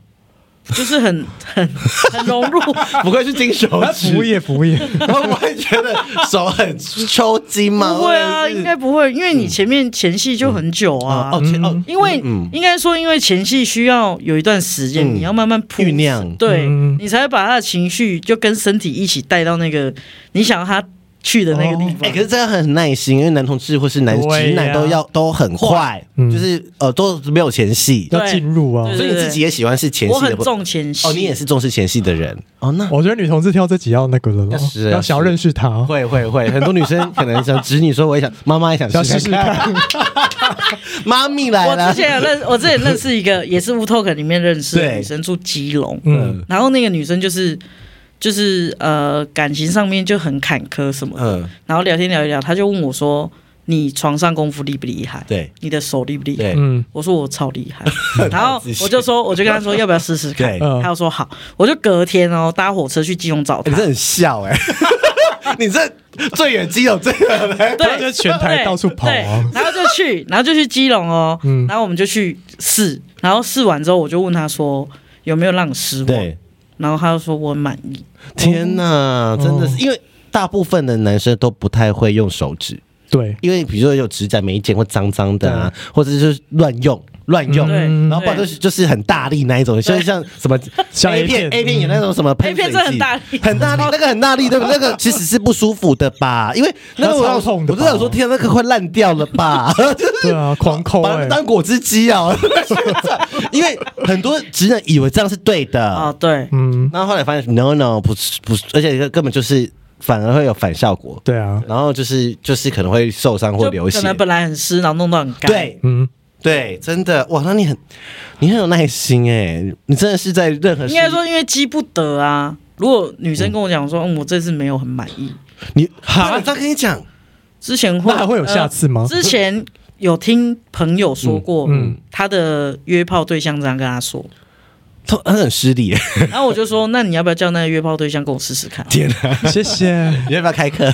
A: 呢、
C: 就是很很很融 入。
A: 不愧是金手
B: 啊服务
A: 指，
B: 业，服 务业，
A: 我不会觉得手很抽筋 吗？
C: 不会啊，
A: 或哦者是
C: 应该不会，因为你前面前戏就很久啊。
A: 哦哦前哦
C: 因为、
A: 嗯
C: 应该说，因为前戏需要有一段时间，
A: 嗯
C: 你要慢慢铺
A: 酝酿
C: 对、
B: 嗯
C: 你才会把他的情绪就跟身体一起带到那个你想要他去的那个地方。
A: 哎、可是这样很耐心，因为男同志或是男
B: 对呀
A: 直男都要都很快，
B: 嗯
A: 就是呃都没有前戏，
B: 要进入啊
C: 对！
A: 所以你自己也喜欢是前
C: 我
A: 戏
C: 很
A: 的部分。
C: 重前戏，
A: 哦，你也是重视前戏的人哦，那
B: 我觉得女同志挑这集要那个了咯
A: 要是，要
B: 要想要
A: 是
B: 认识他，
A: 会会会，很多女生可能想侄女说，我也想， 妈妈也想
B: 要
A: 试
B: 试试
A: 试看，
B: 看。
A: 妈咪来
C: 我
A: 了
C: 之，前有 认，我之前认识一个也是乌托克里面认识的
A: 对
C: 女生，住基隆，
B: 嗯，
C: 然后那个女生就是就是呃感情上面就很坎坷什么的，
A: 嗯，
C: 然后聊天聊一聊，她就问我说：“你床上功夫厉不厉害？
A: 对
C: 你的手厉不厉害？”
A: 对
B: 嗯，
C: 我说我超厉害， 然后
A: 仔细
C: 我就说，我就跟他说要不要试试看
A: 对，
B: 嗯
C: 他就说好，我就隔天哦搭火车去基隆找他
A: 你，这很笑 哎、你这最远基友最远的，
C: 对，
B: 他就全台到处
A: 哦
B: 跑啊
C: 对对然后就去，然后就去基隆哦，
B: 嗯
C: 然后我们就去试，然后试完之后我就问他说有没有让你失望，
A: 对，
C: 然后他就说我很满意，
A: 天
B: 哦
A: 哪，真的是、因为大部分的男生都不太会用手指，
B: 对，
A: 因为比如说有指甲没剪或脏脏的啊，或者就是乱用乱用。
C: 对，
B: 嗯
A: 然后不然
C: 对
A: 就是就是很大力那一 种，就是像什么
B: 像
A: A
B: A
A: 片
B: 片
A: A 片有那种什么喷
C: 嗯 A 片
A: 水
C: 真的很
A: 剂
C: 大力
A: 很大力，那个很大力，对不对？那个其实是不舒服的吧？因为那个我
B: 那超痛的
A: 我
B: 吧
A: 都想说，天啊，那个快烂掉了 吧？
B: 对 啊，狂抠
A: 把
B: 哎、
A: 它当果汁机啊！ 因为很多直男以为这样是对
C: 哦
A: 的，
C: 对，
B: 嗯，
A: 然后后来发现 no no 不是不是，而且根本就是反而会有反效果，
B: 对啊，
A: 然后就是就是可能会受伤或流
C: 就
A: 血
C: 可。能本来很湿，然后弄到很干，
A: 对，
B: 嗯，
A: 对，真的哇，那你很你很有耐心哎、你真的是在任何事
C: 应该说因为积不得啊。如果女生跟我讲说，嗯，我这次没有很满意，
A: 你好，他跟你讲，
C: 之前会
B: 那还会有下次吗
C: 呃？之前有听朋友说过，
B: 嗯嗯
C: 他的约炮对象这样跟他说，
A: 他他很失礼、欸，
C: 然后我就说， 那你要不要叫那个约炮对象跟我试试看？
A: 天哪、
B: 谢谢。
A: 你要不要开课？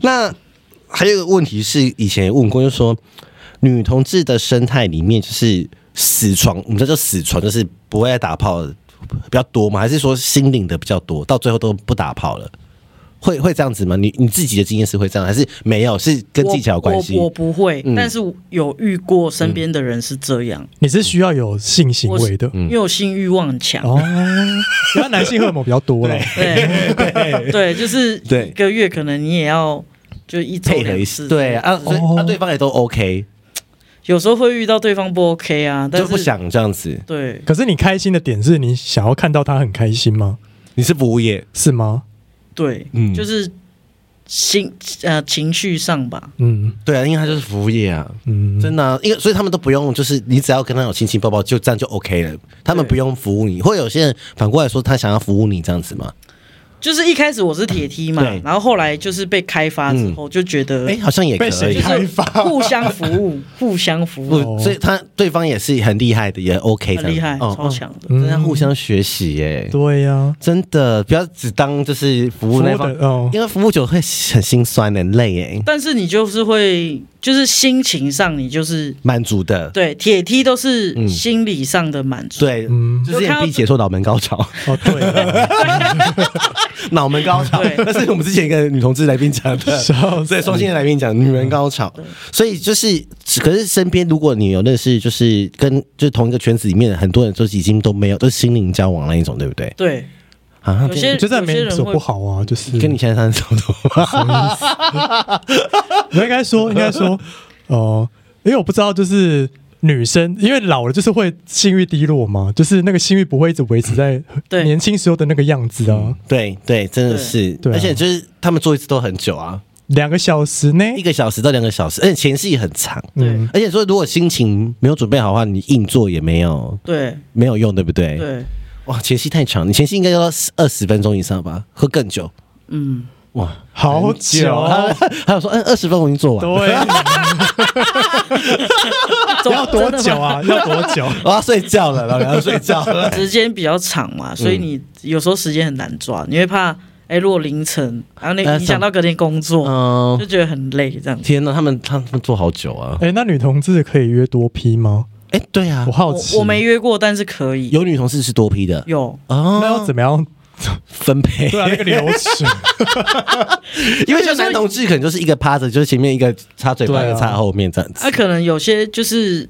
A: 那还有一个问题是，以前也问过，就是说女同志的生态里面，就是死床，我们这叫死床，就是不会再打炮的比较多吗？还是说心领的比较多，到最后都不打炮了？会会这样子吗？你你自己的经验是会这样，还是没有？是跟技巧有关系
C: 我我我不会，
A: 嗯
C: 但是有遇过身边的人是这样，
B: 你是需要有性行为嗯
A: 嗯
B: 的
C: 因为我性欲望很强。
B: 哦，因为男性荷尔蒙比较多了。
C: 对对，就是
A: 对
C: 一个月可能你也要就一周
A: 配合一
C: 两
A: 次？
C: 次，
A: 对啊，所以
B: 哦
A: 啊，对方也都 OK，
C: 有时候会遇到对方不 OK 啊，但
A: 就是不想这样子。
C: 对，
B: 可是你开心的点是你想要看到他很开心吗？
A: 你是服务业，
B: 是吗？
C: 对，
A: 嗯
C: 就是心呃情绪上吧，
B: 嗯
A: 对啊，因为他就是服务业啊，
B: 嗯，
A: 真的啊、因为所以他们都不用，就是你只要跟他有亲亲抱抱，就这样就 OK 了，他们不用服务你。或者有些人反过来说，他想要服务你这样子嘛？
C: 就是一开始我是铁梯嘛
A: 对，
C: 然后后来就是被开发之后就觉得
A: 哎、好像也可
B: 被谁
A: 以
C: 就。
B: 看嗯
C: 是
B: 开发哦
C: 互相服务，互相服务
A: 不，所以他对方也是很厉害的，也 OK 的，
C: 很厉害，
A: 哦
C: 超，强的。
B: 嗯
A: 哦真的要互相学习耶、
B: 对呀、
A: 真的不要只当就是服务那方
B: 服务的哦，
A: 因为服务久会很心酸、很累耶、
C: 但是你就是会，就是心情上你就是
A: 满足的，
C: 对铁梯都
A: 嗯
C: 是心理上的满足。
A: 对，
B: 嗯，
A: 就是眼皮解说脑门高潮，
B: 哦对 啊，
A: 脑门高潮
C: 对，
A: 那是我们之前一个女同志来宾讲的，
B: 笑死
A: 对，双性恋来宾讲，女人高潮，
B: 嗯
A: 所以就是，可是身边如果你有认识，就是跟就是同一个圈子里面的很多人，都已经都没有，都是心灵交往那一种，对不对？
C: 对，
A: 啊，
C: 有些
B: 我觉得这样没
C: 有些人
B: 什么
C: 会
B: 不好啊，就是
A: 跟你现在三十差不多 吗？
B: 我应该说应该 说哦、因为我不知道就是。女生因为老了就是会性欲低落嘛，就是那个性欲不会一直维持在
C: 对
B: 年轻时候的那个样子啊，
A: 对对，真的是，
B: 对啊
A: 而且就是他们做一次都很久啊，
B: 两个小时嗯呢，
A: 一个小时到两个小时，而且前戏很长，
C: 对
A: 而且说如果心情没有准备好的话，你硬做也没有
C: 对
A: 没有用，对不
B: 哎
A: 对？
C: 对，
A: 哇，前戏太长，你前戏应该要二十分钟以上吧，或更久。
C: 嗯，
A: 哇，
B: 好久啊，
A: 他他有说，嗯，二十分我已经做完了。
B: 对，要多
C: 真的
B: 久 啊？要多久？
A: 我要睡觉了，老娘要睡觉了。
C: 时间比较长
B: 哎
C: 嘛，所以你有时候时间很难抓，你会怕哎，如果凌晨，然后那
B: 哎
A: 呃
C: 影响到隔天工
B: 啊
C: 作，
A: 嗯
C: 就，觉得很累这样 子。
A: 天哪，他们他们做好久啊！
B: 哎，那女同志可以约多批吗？
A: 哎，对啊
B: 我，好奇，啊
C: 我我没约过，但是可以
A: 有女同事是多批的
C: 有
A: 哦，
B: 那
C: 嗯
B: 要怎么样？
A: 分配？
B: 对啊，那个流 程，
A: 因为像男同志可能就是一个趴着，就是前面一个插嘴巴，
B: 对啊
A: 一个插后面这样
C: 那、
A: 子。
C: 可能有些就是，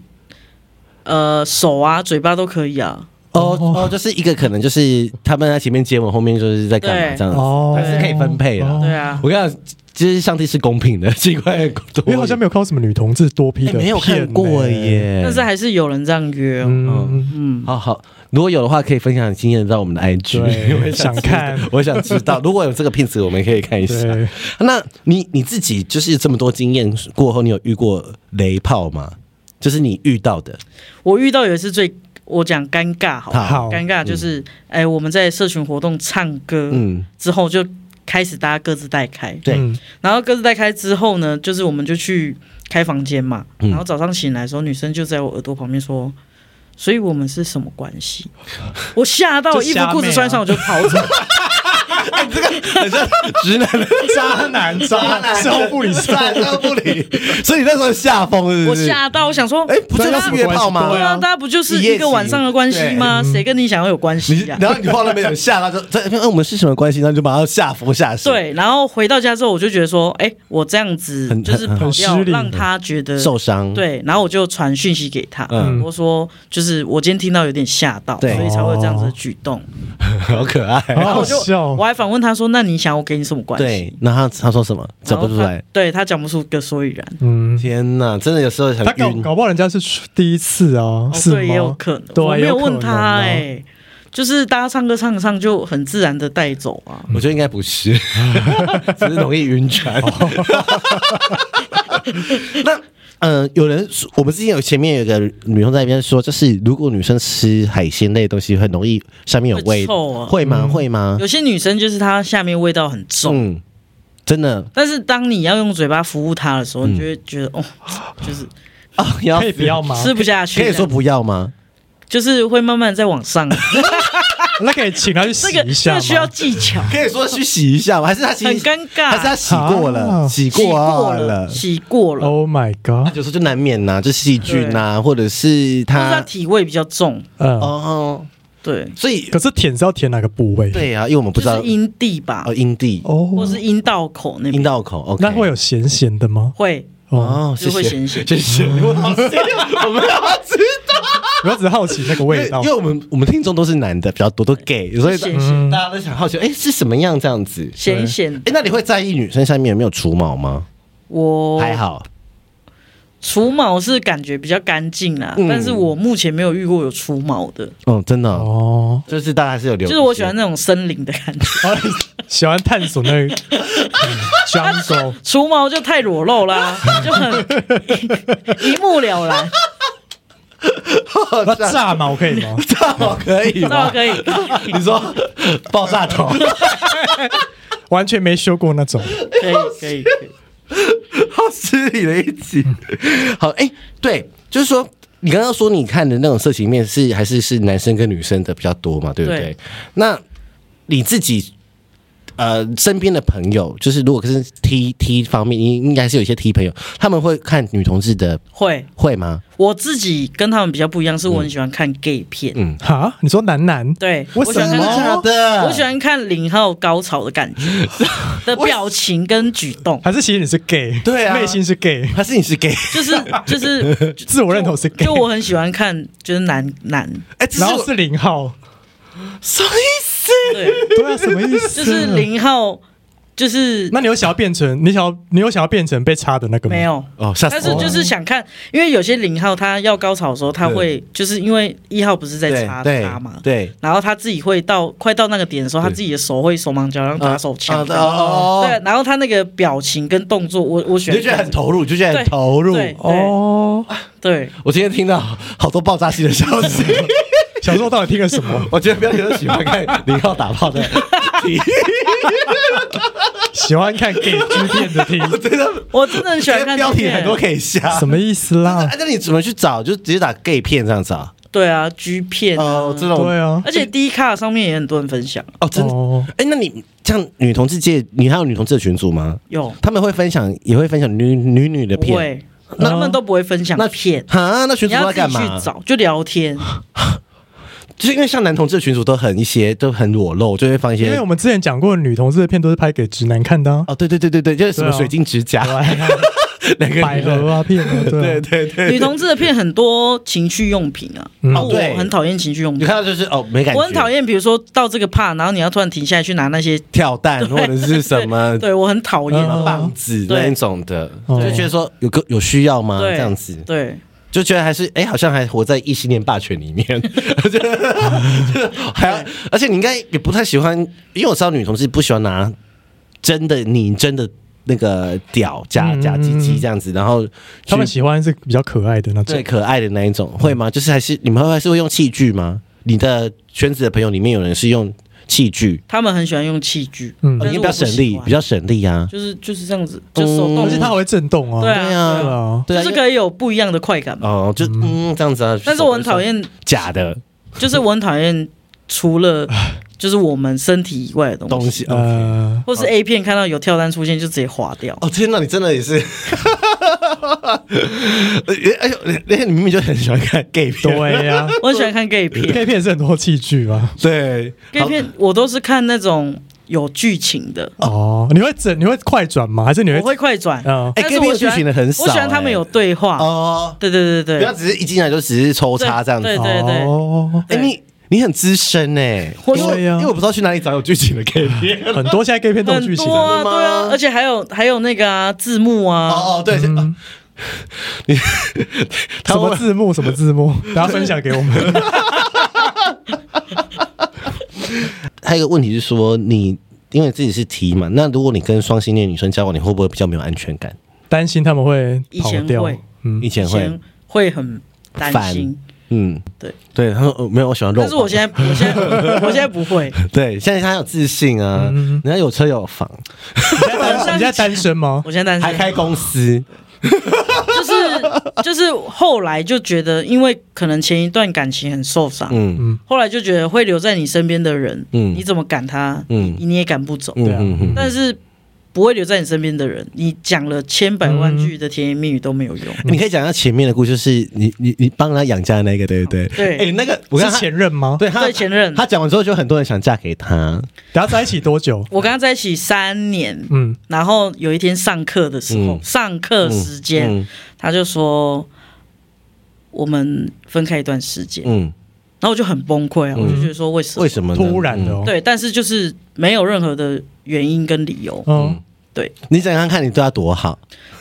C: 呃，手啊、嘴巴都可以啊。
A: 哦哦，就是一个可能就是他们在前面接吻，后面就是在干嘛
C: 对
A: 这样子，
B: 哦
A: 还是可以分配的。
B: 哦
C: 对啊，
A: 我跟你讲，其实上帝是公平的， 奇怪多，
B: 因为好像没有看到什么女同志多批
A: 哎
B: 的，
A: 没有看过。耶。
C: 但是还是有人这样约、哦。
B: 嗯，
C: 嗯，
A: 好好，如果有的话，可以分享经验到我们的 IG，
B: 对
A: 我 也
B: 想
A: 知道
B: 看
A: 我想知道，如果有这个片子，我们可以看一下。
B: 对，
A: 那你你自己就是这么多经验过后，你有遇过雷炮吗？就是你遇到的，
C: 我遇到有一次最，我讲尴尬好了，
B: 好，嗯
C: 尴尬就是，哎、我们在社群活动唱歌、
A: 嗯，
C: 之后就开始大家各自带开，
A: 对
B: 嗯
C: 然后各自带开之后呢，就是我们就去开房间嘛，
A: 嗯
C: 然后早上醒来的时候，女生就在我耳朵旁边说。所以我们是什么关系？ 我吓到，
B: 就
C: 衣服
B: 瞎妹啊
C: 裤子穿上我就跑走，
A: 直男的
B: 渣男，渣男，受不理
A: 渣男都不理， 所以你那时候吓疯了是
C: 我
A: 不是？
C: 吓到，我想说，
A: 哎，不
B: 对
A: 是
B: 啊
A: 那是约炮吗？
B: 对
C: 对啊，大家不就是一个晚上的关系吗？谁跟你想要有关
A: 你
C: 系呀、
A: 然后你跑到那边有吓到，就这，哎，我们是什么关系？然后就马上吓疯吓死，，
C: 对，然后回到家之后，我就觉得说，哎、我这样子
A: 很
C: 就是
A: 很
C: 跑
B: 很
C: 掉，
B: 失礼
C: 让他觉得
A: 受伤，，
C: 对，然后我就传讯息给他，
A: 嗯
C: 我说就是我今天听到有点吓到，所
A: 对
C: 以才会有这样子的举动。
A: 好可爱。
C: 然后
B: 好
C: 我就
B: 笑
C: 我，还反问他说，那你想我给你什么关系
A: 对？，然后他他说什么？
C: 然
A: 讲
C: 后
A: 不
C: 他
A: 出来。
C: 对他讲不出个所以然，
B: 嗯，
A: 天哪，真的有时候很
B: 他搞
A: 晕。
B: 搞不好人家是第一次啊，
C: 哦
B: 是吗？
C: 对，也有可能，
B: 对啊
C: 我没
B: 也有可
C: 问
B: 能
C: 他
B: 啊
C: 哎、就是大家唱歌唱着唱就很自然的带走啊，
A: 我觉得应该不 是，只是容易晕船。 那呃，有人说我们之前有前面有个女生在那边说，就是如果女生吃海鲜类的东西，很容易下面有
C: 会
A: 味，
C: 臭啊
A: 会吗？会吗？
C: 有些女生就是她下面味道很重，
A: 嗯，真的
C: 但是当你要用嘴巴服务她的时候，你就会觉得哦，就是
A: 啊，你要
B: 可以不要吗？
C: 吃哎不哦下去
A: 可以
C: 这样，
A: 说不要吗？
C: 就是会慢慢再往上。
B: 那可以请他去洗
C: 这个
B: 一
C: 这
B: 下
C: 个
B: 吗？
C: 需要技巧，
A: 可以说去洗一下吗？还是他其
C: 很
A: 实
C: 尴尬。
A: 还是他洗过了，
B: 啊
A: 洗
C: 洗
A: 过
C: 过
A: 啊
C: 了，洗过了，
B: Oh my
A: 那
B: god！
A: 有时候就难免呐，就细菌呐，或者是
C: 就是他
A: 他
C: 体味比较重，
B: 嗯，
A: 哦，
C: 对，
A: 所以
B: 可是舔是要舔哪个部位？
A: 对啊，因为我们不
C: 就
A: 知道
C: 是阴蒂吧
A: 哦，，阴蒂
B: 哦，
C: 或是阴道口那
A: 阴
C: 边
A: 道口，OK，
B: 那会有咸咸的吗？
C: 会，
B: 哦，
A: 哦，
C: 就
A: 谢
C: 会
A: 谢
C: 咸咸。
A: 谢谢，我好谢谢我们要知
B: 我只是好奇那个味
A: 道，
B: 道
A: 因为。我们我们听众都是男的比较多，都 gay，所以
C: 咸
B: 嗯
A: 大家都想好奇，哎，是什么样这样子？
C: 咸咸
A: 哎，，那你会在意女生下面有没有除毛吗？
C: 我
A: 还好，
C: 除毛是感觉比较干净啦，
A: 嗯
C: 但是我目前没有遇过有除毛的，
A: 嗯，真的哦，
B: 哦，
A: 就是大家还是有留一些，
C: 就是我喜欢那种森林的感觉，
B: 喜欢探索那个 jungle，
C: 除毛就太裸 露啦，就很一 目了然，哦啊
B: 那炸毛可以 吗？
A: 炸毛 可以
C: 那
A: 吗？
C: 可以。
A: 你说爆炸头，
B: 完全没修过那种。
C: 可以可以可以，
A: 好失礼的一集。 好，哎、对，就是说，你刚刚说你看的那种色情面是还是是男生跟女生的比较多嘛，对不对？
C: 对
A: 那你自己呃身边的朋友，就是如果是 T T 方面，应应该是有一些 T 朋友，他们会看女同志的
C: 会。
A: 会吗？
C: 我自己跟他们比较不一样，是
B: 嗯
C: 我很喜欢看 gay 片，
A: 嗯，
B: 哈，你说男男？
C: 对
B: 为
C: 我喜欢
B: 什
C: 看
B: 么
A: 假的
C: 我喜欢看零号高潮的 感觉的表情跟举动，
B: 还是其实你是 gay？
A: 对啊
B: 内心是 gay，
A: 还是你是 gay？
C: 就是就是
B: 自 我认同是 gay
C: 就。我很喜欢看，就是男男，
A: 哎、这
B: 然后
A: 我
B: 是零号，
A: 什么意思？
C: 对，
B: 对啊，什么意思？
C: 就是。零号，就是
B: 那你有想要变成你想要你有想要变成被插的那个吗？
C: 没。有。
A: 哦，下次
C: 但是就是想看，因为有些零号他要高潮的时候，他会就是因为一号不是在
A: 对
C: 插
A: 对
C: 他嘛，
A: 对，
C: 然后他自己会到快到那个点的时候，他
A: 对
C: 自己的手会手忙脚乱打手枪
A: 啊，啊哦，
C: 对，然后他那个表情跟动作，我我喜
A: 你
C: 欢
A: 就觉得
C: 看
A: 很投入，就觉得很
C: 对
A: 投入。
C: 对
B: 哦，
C: 对，
A: 我今天听到好多爆炸性的消 息，
B: 小时候到底听了什么？
A: 我觉得不要有人喜欢看零号打炮的。
B: 喜欢看 gay 剧片的听，
C: 我真的很喜欢 看
A: 标
C: 这
A: 题
C: 片
A: 很多可以下
B: 什。么意思啦
A: 哎？那你怎么去找？就直接打 gay 片这样子啊？
C: 对啊，G 片啊
A: 哦，这种
B: 对啊，
C: 而且 D 卡上面也很多人分享，
A: 哦，真的。
B: 哦，
A: 哎，那你像女同志界，你还有女同志的群组吗？
C: 有
A: 他们会分享，也会分享女女女的
C: 不
A: 片。
C: 会，他们都不会分享
A: 那
C: 片，
A: 哈，那群
C: 你
A: 主都
C: 要
A: 在
C: 自己
A: 干
C: 去
A: 嘛？
C: 找，就聊天。
A: 就是因为像男同志的群主都很一些，都很裸露，就会放一
B: 因为
A: 些
B: 我们之前讲过，女同志的片都是拍给直男看的 啊，
A: 哦，对对对对对，就是什么
B: 对啊
A: 水晶指甲，
C: 啊
A: 两个
B: 百合啊片啊，对
A: 对
B: 啊，
A: 对 对，
C: 女同志的片很多情趣用品啊，
B: 嗯
C: 啊我
A: 对
C: 很讨厌情趣用
A: 你
C: 品，
A: 看到就是哦，没感觉，
C: 我很讨厌，比如说到这个 part，然后你要突然停下来去拿那 些，
A: 跳蛋或者是什么
C: 对我很讨厌。啊
B: 嗯
A: 棒子
C: 对
A: 那一种的，
B: 哦
A: 就觉得说有个有需要吗？
C: 对
A: 这样子
C: 对，
A: 就觉得还是哎，好像还活在异性恋霸权里面， 还要，而且你应该也不太喜欢，因为我知道女同志不喜欢拿真的你真的那个屌假
B: 嗯
A: 假鸡鸡这样子，然后
B: 他们
A: 去
B: 喜欢是比较可爱的那种
A: 最。可爱的那一种，
B: 嗯
A: 会吗？就是还是你们会还是会用器具吗？你的圈子的朋友里面有人是用器具，
C: 他们很喜欢用器具，
B: 嗯
A: 哦
C: 但
A: 你
C: 是
A: 比较
C: 我不
A: 省
C: 喜
A: 力，
C: 欢
A: 比较省力啊。
C: 就是就是这样子，就手动
B: 而且它还会震动啊，
C: 哦对啊
A: 对
B: 对
A: 啊，
B: 啊，
A: 哦对啊，
C: 就
A: 因
C: 是
A: 为
C: 可以有不一样的快感嘛。
A: 哦，就嗯这样子啊。
C: 但是我很讨 厌，
A: 假的
C: 就是我很讨厌除了就是我们身体以外的东
A: 东
C: 西，
A: 西。哦
B: 呃，
C: 或是 A 片看到有跳单出现就直接划掉。
A: 哦天哪，你真的也是， 哎呦，那你明明就很喜欢看 gay 片，
B: 对呀
C: 我很喜欢看 gay 片
B: ，gay 啊片是很多器具啊。
A: 对
C: ，gay 片我都是看那种有剧情的，
B: 哦，你会整你会快转吗？还是你
C: 我
B: 会
C: 会快转。
B: 嗯
A: 哎
C: 哦但是我
A: gay 片
C: 喜欢
A: 剧情的很少哎
C: 我喜欢他们有对话。
A: 哦，
C: 对对对
A: 不要
C: 对，
A: 只是一进来就只是抽插这样
C: 对
A: 子。
C: 对对
B: 哦，
A: 哎，
C: 对
A: 你你很资深哎，因
C: 我
A: 为
B: 对啊
A: 因为我不知道去哪里找有剧情的 gay 片。
B: 很多现在 gay 片都有
C: 很
B: 剧情
C: 多
B: 啊，
C: 啊，
A: 真的
C: 对
A: 吗
C: 啊，而且还有还有那个啊字幕啊，
A: 哦哦，对，是
B: 嗯
A: 他
B: 什么
A: 会
B: 字幕什么字幕，大家分享给我们。
A: 还有一个问题是说，你因为自己是 T 嘛，那如果你跟双性恋女生交往，你会不会比较没有安全感？
B: 担心他们会
C: 以
B: 跑
C: 前
B: 掉
C: 会，
B: 嗯
A: 以，前
C: 以
A: 会
C: 前，会很担心，
A: 嗯，
C: 对
A: 对，他说、呃、没有，我喜欢肉麻，
C: 但是我现在 我现在我现在不会，
A: 对，现在他有自信啊，
B: 嗯
A: 人家有车有房，
B: 你现在单你现在单身吗？
C: 我现在
A: 还
C: 担
A: 开
C: 心，
A: 公司，
C: 就是就是后来就觉得，因为可能前一段感情很受伤，
A: 嗯
C: 后来就觉得会留在你身边的人，
A: 嗯
C: 你怎么赶他，
A: 嗯
C: 你你也赶不走，
A: 嗯
B: 对啊
A: 嗯嗯，
C: 但是。不会留在你身边的人，你讲了千百万句的甜言蜜语都没有用。
A: 你可以讲一下前面的故事，就是你你你帮他养家的那个，对不对？
C: 对
A: 哎、那个
B: 我
A: 我跟
B: 是
A: 他
B: 前任吗？
A: 对他
C: 对前任
A: 他讲完之后，就很多人想嫁给他，
B: 等下在一起多久？
C: 我跟他在一起三年，
B: 嗯，
C: 然后有一天上课的时候，
A: 嗯
C: 上课时间、
A: 嗯
C: 他就说我们分开一段时间，
A: 嗯，
C: 然后我就很崩溃啊，
A: 嗯
C: 我就觉得说为什么？
A: 为什么呢
B: 突然的、
A: 嗯
B: 哦，
C: 对，但是就是没有任何的原因跟理由。
B: 嗯，
C: 对，
A: 你想想看，你对他多好，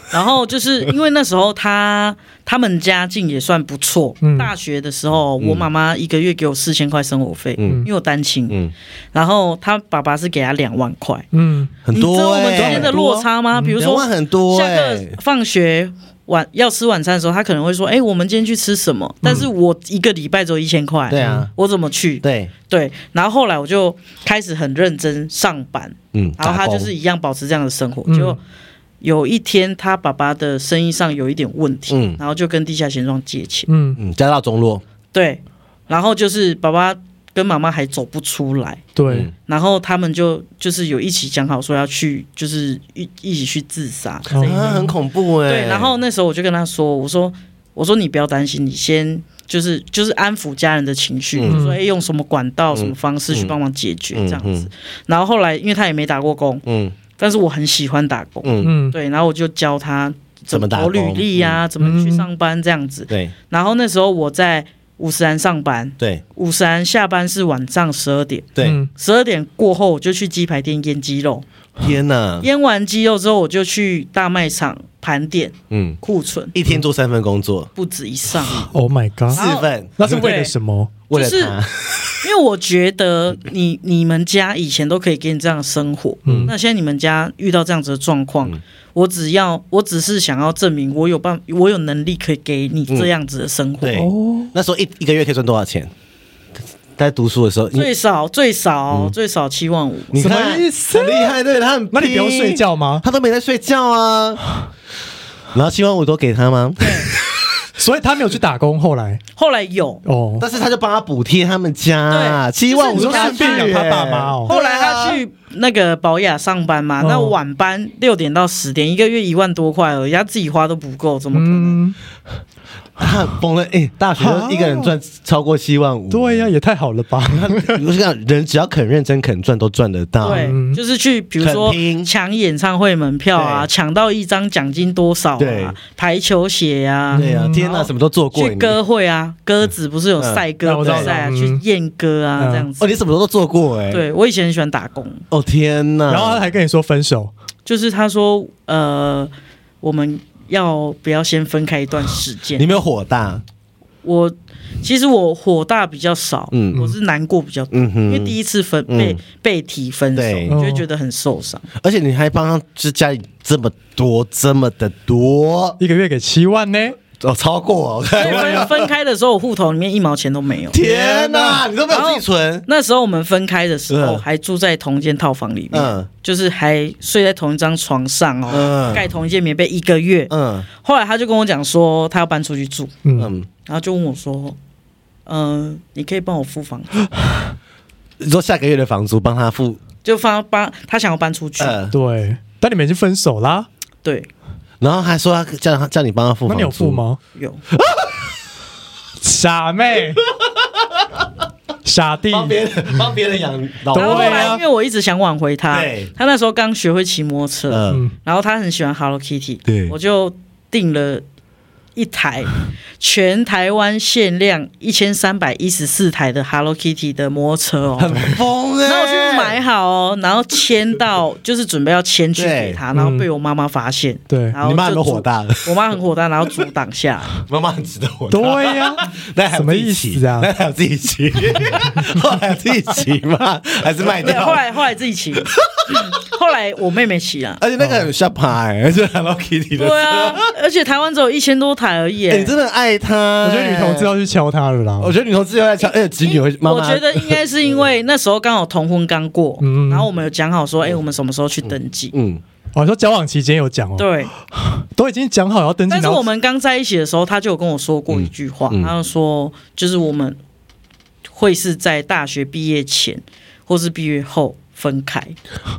C: 然后就是因为那时候他他们家境也算不错，
B: 嗯
C: 大学的时候我妈妈一个月给我四千块生活费，
A: 嗯
C: 因为我单亲，
A: 嗯，
C: 然后他爸爸是给他两万块。
B: 嗯，
A: 很
C: 你知道
A: 多、
C: 我
A: 欸，
C: 们中间的落差吗？比如
A: 嗯两
C: 说
A: 万很多、
C: 下
A: 欸，
C: 课放学晚要吃晚餐的时候，他可能会说：“哎、我们今天去吃什么？”但是我一个礼拜只有一千
A: 嗯
C: 块，
A: 对啊，
C: 我怎么去？
A: 对，
C: 对，然后后来我就开始很认真上班，
A: 嗯，
C: 然后他
A: 打
C: 就
A: 工
C: 是一样保持这样的生活。
B: 嗯
C: 就有一天，他爸爸的生意上有一点问题，
A: 嗯
C: 然后就跟地下钱庄借钱，
B: 嗯，
A: 嗯，家道中落，
C: 对，然后就是爸爸跟妈妈还走不出来。
B: 对，
A: 嗯
C: 然后他们就就是有一起讲好说要去，就是一一起去自杀。
B: 哦
A: 啊，很恐怖哎、
C: 对，然后那时候我就跟他说，我说我说你不要担心，你先就是就是安抚家人的情绪，
A: 嗯
C: 我说哎、用什么管道、什么方式去
A: 嗯
C: 帮忙解决、
A: 嗯
C: 这样子
A: 嗯。
C: 然后后来因为他也没打过工，
A: 嗯
C: 但是我很喜欢打工，
A: 嗯，
B: 嗯，
C: 对，然后我就教他
A: 怎么打
C: 投
A: 工嗯
C: 履历啊，怎么去上班这样子。
A: 对
C: 然后那时候我在五十岚上班，
A: 对
C: 五十岚下班是晚上十二点。
A: 对，
B: 嗯
C: 十二点过后，我就去鸡排店腌鸡肉，
A: 天哪，
C: 腌完鸡肉之后，我就去大卖场盘点
A: 嗯，
C: 库存，
A: 一天做三份工作，
C: 不止以上。啊
B: ，Oh my god，
C: 然后
A: 四份，
B: 那是为了什么？
A: 为了
C: 就是
B: 哦
A: 他，
C: 因为我觉得你你们家以前都可以给你这样的生活，
B: 嗯
C: 那现在你们家遇到这样子的状况，
A: 嗯
C: 我只要我只是想要证明我有办我有能力可以给你这样子的生活，
A: 对
B: 哦，
A: 那时候一一个月可以赚多少钱？在读书的时候，你
C: 最少最
B: 嗯
C: 少最少七万五，
A: 你
B: 什么
A: 看
B: 意思
A: 很厉害，对他很
B: 那你不用
A: 拼
B: 睡觉吗
A: 他都没在睡觉啊。 然后七万五都给他吗？
B: 所以他没有去打工。后来
C: 后来有，
B: 哦，
A: 但是他就帮他补贴他们家啊，
C: 对
A: 七万五
C: 就是
A: 都
C: 你
A: 是
C: 看他
B: 养他爸妈哦
C: 后来他去那个保雅上班嘛，
B: 哦
C: 那晚班六点到十点，一个月一万多块而已，他自己花都不够，怎么可能？
B: 嗯，
A: 他很疯了，哎、大学就一个人赚超过七万五，
B: 啊对呀、也太好了吧？
A: 我是讲人只要肯认真肯赚都赚得到，
B: 嗯
C: 对，就是去比如说
A: 啊肯拼
C: 抢演唱会门票啊，
A: 对
C: 抢到一张奖金多少
A: 对
C: 啊，排球鞋啊，
A: 对啊，天
B: 嗯
A: 哪，什么都做过，嗯
C: 去
A: 你
C: 歌会啊，鸽子不是有赛
B: 嗯啊
C: 鸽
B: 我知
C: 比
B: 道
C: 赛啊，
B: 嗯
C: 去验歌啊
B: 嗯
C: 这样
A: 哦，
C: 子。
A: 你什么都做过哎、，
C: 对我以前很喜欢打工，
A: 哦天哪，
B: 然后他还跟你说分手，
C: 就是他说呃，我们要不要先分开一段时间
A: 你？没有火大，
C: 我其实我火大比较少，
A: 嗯
C: 我是难过比较多，
A: 嗯哼，
C: 因为第一次分被、
A: 嗯
C: 被提分手，
A: 对
C: 你就会觉得很受伤。
B: 哦
A: 而且你还帮他就是家里这么多这么的多
B: 一个月给七万呢？
A: 哦，超过哦，
C: 所以分分开的时候，我户头里面一毛钱都没有。
A: 天哪，你都没有自己存，
C: 那时候我们分开的时候
A: 嗯
C: 还住在同一间套房里面，
A: 嗯
C: 就是还睡在同一张床上哦
A: 嗯，
C: 盖、同一件棉被一个月。
A: 嗯
C: 后来他就跟我讲说他要搬出去住，
B: 嗯，
A: 嗯，
C: 然后就问我说：“嗯、你可以帮我付房租，
A: 你说下个月的房租帮他付，
C: 就帮帮他想要搬出去。
A: 嗯，
B: 对。但你们已经分手啦，
C: 对，
A: 然后还说他叫他叫你帮他付
B: 那
A: 房
B: 你
A: 租
B: 有付？吗？
C: 有
B: 傻妹，傻弟，
A: 帮别人帮别人养老
C: 然后后
B: 对
C: 来
B: 啊
C: 因为我一直想挽回他
A: 对，
C: 他那时候刚学会骑摩托车，
A: 嗯
B: 嗯，
C: 然后他很喜欢 Hello Kitty，
A: 对
C: 我就订了 一台全台湾限量一千三百一十四台的 Hello Kitty 的摩托车哦。
A: 疯哎，
C: 然后我去
B: 啊
C: 买好哦，然后 签到，就是准备要签去给他，
B: 对
C: 然后被我妈妈发现，
B: 对
C: 然后
A: 你妈
C: 就
A: 都
C: 阻
A: 火大了，
C: 我妈很火大，然后阻挡 下来，
A: 妈妈很值得火大，
B: 对呀、
A: 那还有
B: 什么
A: 自己
B: 意
A: 骑
B: 思啊
A: 那还有自己骑， 后来有自己骑吗？还是卖
C: 对，
A: 掉？
C: 后来后来自己 骑，后来我妹妹骑啊，
A: 而且那个
B: 哦
A: 很下爬哎， 而且 Hello Kitty 的，
C: 对啊，而且台湾只有一千多台而已耶，
A: 哎，你真的爱他，
B: 我觉
A: 我
B: 得女同志，要去敲他了啦。
A: 我觉得女同志又在抢，哎而且侄女会妈
C: 我
A: 妈，
C: 觉得应该是因为那时候刚好同婚刚过，
B: 嗯
C: 然后我们有讲好说，哎、我们什么时候去登记？
A: 嗯，
B: 哦，说交往期间有讲哦，
C: 对，
B: 都已经讲好要登记，
C: 但是
B: 然后
C: 我们刚在一起的时候，他就有跟我说过一句话，
A: 嗯嗯
C: 他就说，就是我们会是在大学毕业前或是毕业后分开，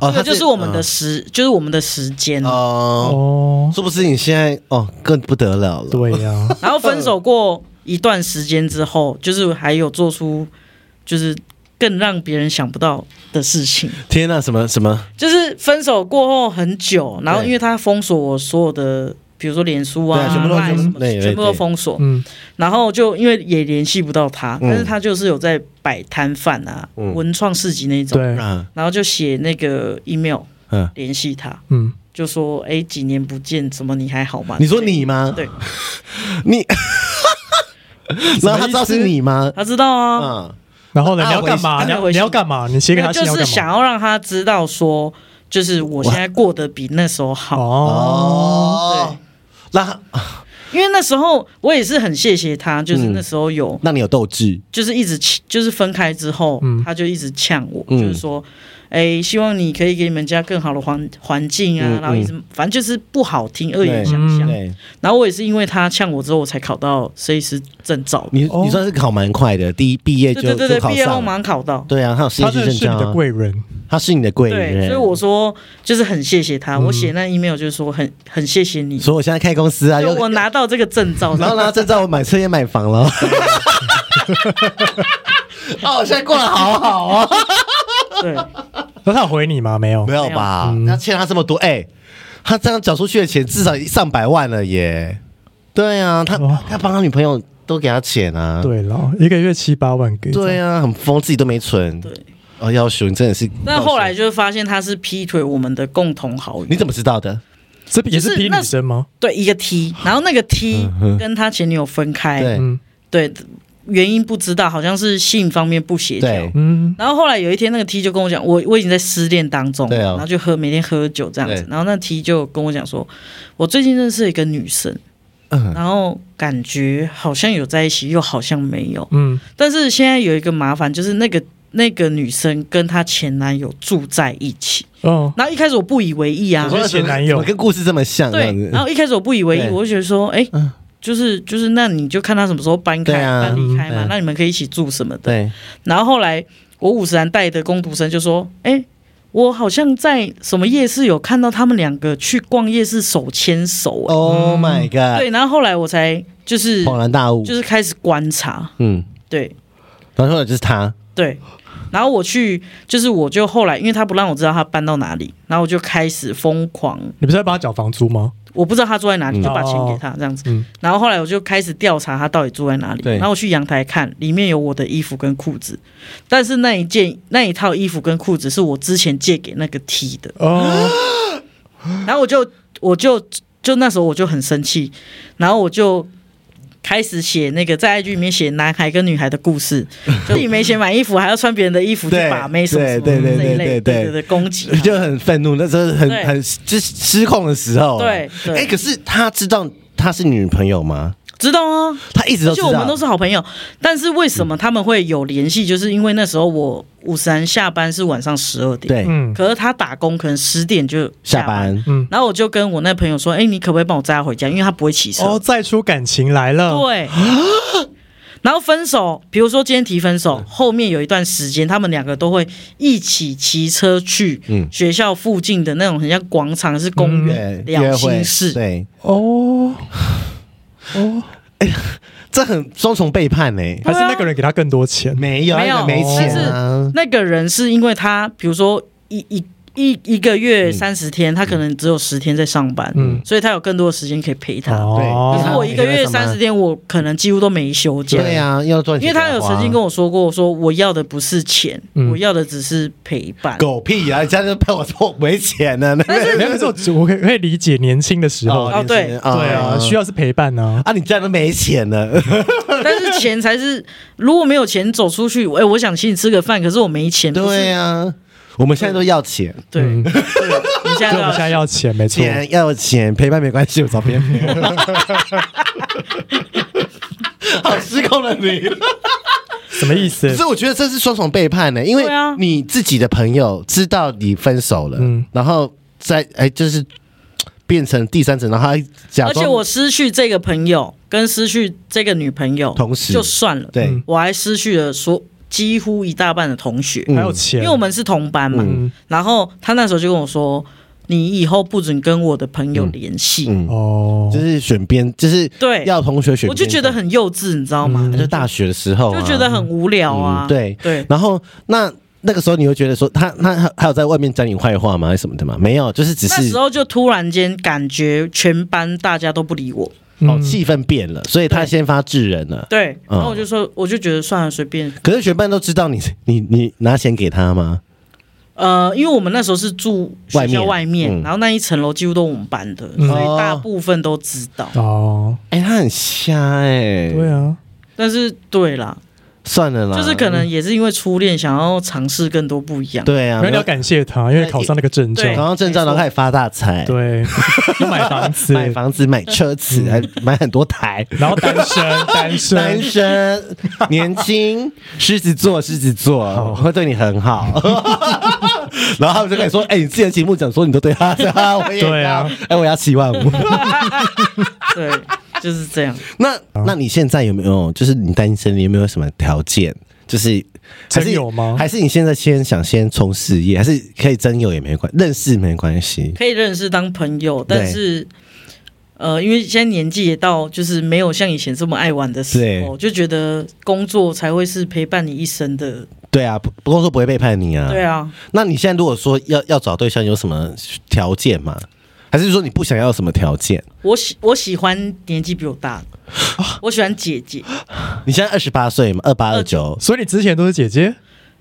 A: 哦，
C: 这
A: 他
C: 个就是我们的时，就是我们的时间。
A: 哦，
B: 哦，
A: 是不是你现在哦更不得了了？
B: 对呀、
C: 然后分手过一段时间之后，就是还有做出就是更让别人想不到的事情。
A: 天啊哪，什么什么？
C: 就是分手过后很久，然后
A: 对
C: 因为他封锁我所有的，比如说脸书啊、
A: 对全部都
C: Line 什么
A: 全部对对
C: 全部都封锁，
B: 嗯，
C: 然后就因为也联系不到他，
A: 嗯
C: 但是他就是有在摆摊贩啊、
A: 嗯
C: 文创市集那 种，
B: 对，
A: 嗯
C: 然后就写那个 email
A: 嗯，
C: 联系他，
B: 嗯，
C: 就说哎几年不见，怎么你还好吗？
A: 你说你吗？
C: 对，
A: 你，然后他知道是你吗？
C: 他知道啊，
A: 嗯，
B: 然后呢，
A: 啊
B: 你要干嘛？
C: 我
B: 你
C: 也是
B: 要你要干嘛？你写给
C: 没
B: 他
C: 有
B: 信
C: 就是
B: 要干
C: 想
B: 嘛？
C: 要让他知道说，就是我现在过得比那时候好，
B: 哦，
A: 哦，那他
C: 因为那时候我也是很谢谢他，
A: 嗯
C: 就是那时候有。
A: 那你有斗志，
C: 就是一直气就是分开之后，
B: 嗯
C: 他就一直呛我，
A: 嗯
C: 就是说，哎、希望你可以给你们家更好的环环境啊，
A: 嗯
C: 然后一直反正就是不好听，恶言相向。
B: 对
A: 对
C: 然后我也是因为他呛我之后，我才考到设计师证照。
A: 你，
B: 哦
A: 你算是考蛮快的，第一毕业
C: 对
A: 就
C: 对对对
A: 就，考
C: 毕业后
A: 上
C: 马
A: 了。
C: 上考到。
A: 对啊，他有实
B: 他
A: 习
B: 真的
A: 生
B: 是你的
A: 证，
B: 贵人，
A: 他是你的贵
C: 对，
A: 人，
C: 所以我说就是很谢谢他。我写那 email 就是说很很谢谢你，
A: 嗯所以我现在开公司啊，
C: 就
A: 又
C: 我拿到这个证照，
A: 然后拿证照，我买车也买房 了。哦，我现在过得好好啊，
C: 哦对，
B: 那他有回你吗？没有
A: 没，有吧？那欠他这么多，哎、他这样缴出去的钱至少上百万了耶。对啊，他
B: 哦
A: 他帮他女朋友都给他钱啊。
B: 对了，一个月七八万给，
A: 对，啊，很疯，自己都没存。
C: 对，
A: 哦，要求你真的是。哦
C: 但后来就发现他是劈腿我们的共同好友
A: 你。怎么知道的？
B: 这也是
C: 就是
B: 批
C: 那
B: 女生吗？
C: 对，一个 T，然后那个 T 跟他前女友分开，
A: 嗯对
B: 嗯
C: 对，原因不知道，好像是性方面不协调。
A: 对，
B: 嗯，
C: 然后后来有一天，那个 T 就跟我讲，我我已经在失恋当中，
A: 对啊
C: 然后就喝每天喝酒这样子
A: 对。
C: 然后那 T 就跟我讲说，我最近认识了一个女生，
A: 嗯
C: 然后感觉好像有在一起，又好像没有。
B: 嗯
C: 但是现在有一个麻烦，就是那个那个女生跟她前男友住在一起。
B: 哦，
C: 然后一开始我不以为意啊
B: 我，说前男友
A: 怎么跟故事这么像，啊这样
C: 对
A: 子，
C: 然后一开始我不以为意，
A: 对
C: 我就觉得说，哎、
A: 嗯
C: 就是就是，那你就看他什么时候搬开、
A: 对啊
C: 搬离开嘛，
A: 嗯对
C: 那你们可以一起住什么的。
A: 对，
C: 然后后来我五十岚带的工读生就说：“哎，我好像在什么夜市有看到他们两个去逛夜市手牵手、哎
A: Oh my god！
C: 对，然后后来我才就是
A: 恍然大悟，
C: 就是开始观察，
A: 嗯，
C: 对
A: 然后就是他，
C: 对。然后我去就是我就后来，因为他不让我知道他搬到哪里，然后我就开始疯狂，
B: 你不是在帮他缴房租吗？
C: 我不知道他住在哪里，
A: 嗯哦
C: 就把钱给他这样子。
B: 嗯
C: 然后后来我就开始调查他到底住在哪里。
A: 对
C: 然后我去阳台看，里面有我的衣服跟裤子，但是那一件那一套衣服跟裤子是我之前借给那个 T 的。
B: 哦，
C: 然后我就我就就那时候我就很生气，然后我就。开始写那个在 IG 里面写男孩跟女孩的 故事，就自己没钱买衣服，还要穿别人的衣服去
A: 对
C: 把妹什么什么
A: 对对对
C: 这一类
A: 对对
C: 对
A: 对
C: 对攻击啊他，
A: 就很愤怒，那时候很
C: 对
A: 很就是失控的时候啊。
C: 对对
A: 哎，可是他知道他是女朋友吗？
C: 知道啊，
A: 他一直都
C: 而
A: 知
C: 且我们都
A: 道，
C: 是好朋友，但是为什么他们会有联系？就是因为那时候我五十三下班是晚上十二点，
A: 对，
B: 嗯
C: 可是他打工可能十点就
A: 下
C: 班，
A: 班，
B: 嗯，
C: 然后我就跟我那朋友说：“哎、你可不可以帮我载他回家？因为他不会骑车。
B: 哦，再出感情来了，
C: 对。然后分手，比如说今天提分
A: 嗯
C: 手，后面有一段时间，他们两个都会一起骑车去
A: 嗯
C: 学校附近的那种很像广场，是公园。
A: 对，
C: 两
A: 约
C: 嗯心
A: 会，
C: 事
A: 对，
B: 哦哦，
A: 这很双重背叛哎，
B: 还是那个人给他更多钱，
A: 没有
C: 没有
A: 没钱啊，
C: 那个人是因为他，比如说一一一一个月
A: 嗯
C: 三十天，他可能只有十天在上班，
B: 嗯
C: 所以他有更多的时间可以陪他。
B: 哦，
C: 可是我一个月
A: 他每天在上班
C: 三十天，我可能几乎都没休假。
A: 对啊呀，要赚
C: 因
A: 钱给
C: 为
A: 花，
C: 他有曾经跟我说过，说我要的不是钱，
B: 嗯
C: 我要的只是陪伴。
A: 狗屁啊，人家就骗我说我没钱 呢，那个
B: 没有，可是我我可以可以理解年轻的时候，
C: 哦对
B: 对啊，需要是陪伴啊，
A: 啊，你家都没钱了，
C: 但是钱才是，如果没有钱走出去，哎、我想请你吃个饭，可是我没钱。不是
A: 对啊呀，我们现在都要钱，
C: 对，
B: 嗯
C: 对，啊你现在
B: 所
C: 都
B: 以我们现在
C: 要
B: 要钱，没错，
A: 钱要钱，陪伴没关系，我找别人。 好失控的 你，
B: 什么意思
A: 可？是我觉得这是双重背叛呢、欸因为
C: 对啊
A: 你自己的朋友知道你分手了，
B: 嗯
A: 然后再哎、就是变成第三者，然后还假
C: 而
A: 装，
C: 且我失去这个朋友跟失去这个女朋友，
A: 同时
C: 就算了，
A: 对、
B: 嗯
C: 我还失去了所几乎一大半的同学，
A: 嗯
B: 还有钱，
C: 因为我们是同班嘛。
B: 嗯
C: 然后他那时候就跟我说：“你以后不准跟我的朋友联系。
A: 嗯，
B: 哦
A: 就，是选边，就是
C: 对
A: 要同学选边站，
C: 我就觉得很幼稚，你知道吗？
A: 那就大学的时候、啊、
C: 就觉得很无聊啊。
A: 嗯对
C: 对，
A: 然后那那个时候你会觉得说他他他还有在外面讲你坏话吗？还是什么的吗？没有，就是只
C: 那
A: 是
C: 时候就突然间感觉全班大家都不理我。
A: 哦
B: 嗯
A: 气氛变了，所以他
C: 对
A: 先发制人了。
C: 对，
A: 嗯
C: 然后我就说，我就觉得算了，随便。
A: 可是全班都知道你你你拿钱给他吗？
C: 呃，因为我们那时候是住学校
A: 外
C: 外
A: 面
C: 面，
A: 嗯哦
C: 然后那一层楼几乎都我们班的，
B: 嗯
C: 所以大部分都知道。
B: 哦，
A: 哎、他很瞎哎、
B: 对啊，
C: 但是对啦，
A: 算了啦，
C: 就是可能也是因为初恋，想要尝试更多不一样。
A: 对啊，
B: 没有你要感谢他，因为考上那个证
C: 对
B: 照，
A: 考上证照，然后开始发大财，
B: 对，要买房子，
A: 买房子、买车子，还买很多台。
B: 然后单身，单
A: 单
B: 身，
A: 身、年轻、狮子座，狮子座会对你很 好。然后他们就跟你说：“哎、你之前节目讲说你都对他， 我也要
B: 对啊，
A: 哎、我要七万五。
C: 对，就是这样。
A: 那那你现在有没有就是你单身，你有没有什么条件？就是还是
B: 真有吗
A: 还是你现在先想先冲事业，还是可以真有也没关，认识没关系。
C: 可以认识当朋友，
A: 对
C: 但是呃，因为现在年纪也到，就是没有像以前这么爱玩的时候，就觉得工作才会是陪伴你一生的。
B: 嗯
A: 对啊，不不过说不会背叛你啊。
C: 对。啊，
A: 那你现在如果说要要找对象，有什么条件吗？还是说你不想要什么条件？
C: 我喜我喜欢年纪比我大的，
B: 啊
C: 我喜欢姐姐，
A: 你现在二十八岁嘛，二八二九
B: 所以你之前都是姐 姐，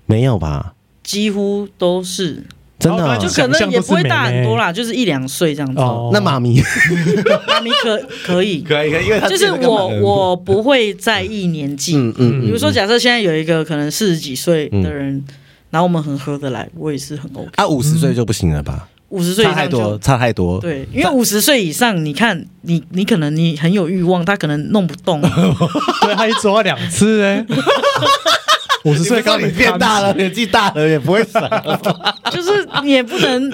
A: 没有吧？
C: 几乎都是，
A: 真的
B: 然
A: 啊、
B: 后
C: 哦就
B: 就
C: 可能也不会大
B: 想象都是妹妹
C: 很多啦，就是一两岁这样子。
B: 哦，
A: 那妈咪
C: 妈咪可可以，
A: 可以可以，因为他
C: 就是我我不会在意年纪，
A: 嗯嗯
C: 比如说假设现在有一个可能四十几岁的人，然后我们很合得来，我也是很 OK。
A: 啊五十岁就不行了吧？
C: 五十岁以
A: 差太
C: 上
A: 多，
C: 就
A: 差太多。
C: 对，因为五十岁以上，你看你你可能你很有欲望，他可能弄不 动，
B: 对他一周要两次 哎、五 十
A: 所
B: 岁
A: 以
B: 刚
A: 刚
B: 没
A: 你变大
B: 看
A: 了， 年纪大了也不会 闪。
C: 就是你也不能，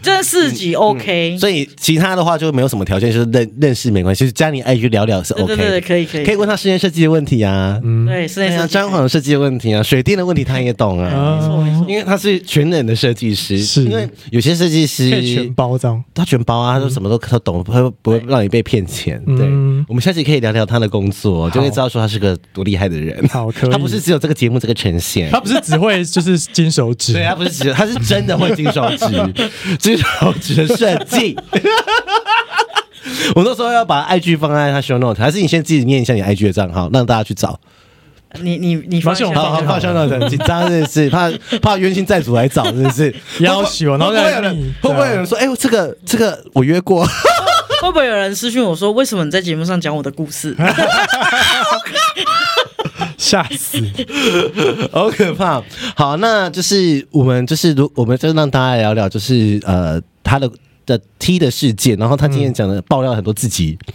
C: 这四级 OK，
A: 嗯所以其他的话就没有什么条件，就是认认识没关系，就是加你 IG 聊聊是
C: 对
A: OK 的。
C: 对对，可以可以
A: 可以问他室内设计的问题啊，嗯，
C: 对，室内
A: 对啊，
C: 设计
A: 装潢设计的问 题啊，水电的问题他也懂
B: 起
A: 啊，
C: 没错
B: 啊，
C: 没错，
A: 因为他是全能的设计师。
B: 是
A: 因为有些设计师
B: 可以全包这样。
A: 他全包啊，他都什么都他懂，他不会让你被骗钱。
B: 嗯
A: 对，我们下期可以聊聊他的工作，就会知道说他是个多厉害的人。
B: 好可以
A: 他不是只有这个节目这个呈现。
B: 他不是只会就是金手指，
A: 对，他啊不是只，他是真的会金手 指，金手指的设计。 我那时候要把 IG 放在他 show note，还是你先自己念一下你 IG 的账号，让大家去找。
C: 你你你放
B: 没关系我
C: 下
B: 们
A: 好好
B: 放
A: 放 show note，紧张真的是怕怕冤亲债主来找，真的是
B: 要挟我然后
A: 会不会
B: 再
A: 有
B: 来啊逆
A: 人会不会有人说，哎、这个这个我约过，
C: 会不会有人私讯我说，为什么你在节目上讲我的 故事？
B: 吓 死！
A: 好可怕。好，那就是我们就是如我们就让大家聊聊，就是呃他的的 T 的事件，然后他今天讲的爆料很多自己。
B: 嗯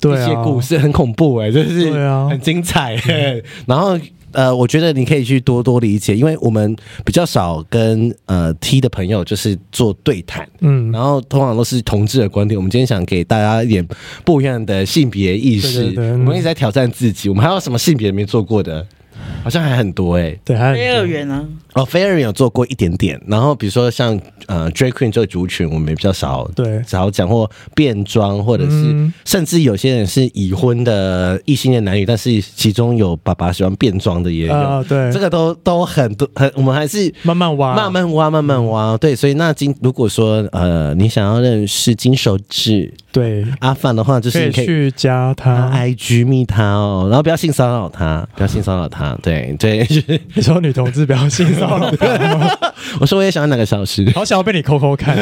B: 对
A: 一
B: 啊，
A: 些故事很恐怖哎、就是
B: 对啊
A: 很精彩、欸。然后呃，我觉得你可以去多多理解，因为我们比较少跟呃 T 的朋友就是做对谈。
B: 嗯，
A: 然后通常都是同志的观点，我们今天想给大家一点不一样的性别意识。
B: 对对对
A: 我们一直在挑战自己，我们还有什么性别没做过的？好像还很多哎、
B: 对，还有
C: 非二元啊，
A: 哦 f a i r y 有做过一点点，然后比如说像呃 Drag Queen 这个族群，我们也比较少
B: 对
A: 少讲或变装，或者是、
B: 嗯
A: 甚至有些人是已婚的异性恋男女，但是其中有爸爸喜欢变装的也有，
B: 啊，对
A: 这，个都都很多很，我们还是。
B: 慢慢挖，
A: 慢慢挖，慢慢
B: 嗯
A: 挖。对，所以那金，如果说呃，你想要认识金手指
B: 对，
A: 阿范的话，就
B: 可
A: 是
B: 以
A: 你可以
B: 去啊加
A: 他
B: 他。
A: IG 密他哦，然后不要性骚扰他，不要性骚扰他。
B: 嗯
A: 对对， 就是
B: 你说女同志不要性骚 扰她吗，
A: 我说我也想要哪个 小时，
B: 好想要被你抠抠看。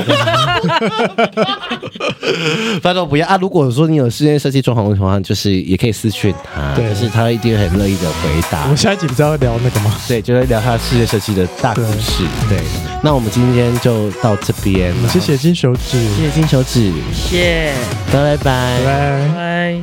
A: 拜托不要啊！如果说你有室内设计装潢的话，就是也可以私讯他，
B: 对
A: 但是他一定很乐意的回
B: 我
A: 答
B: 们。下一集不是要聊那个吗？
A: 对，就会聊他室内设计的大故事。对，那我们今天就到这边了，
B: 嗯谢谢金手指，
A: 谢谢金手指，
C: 谢，
A: 拜拜
B: 拜拜。
C: 拜。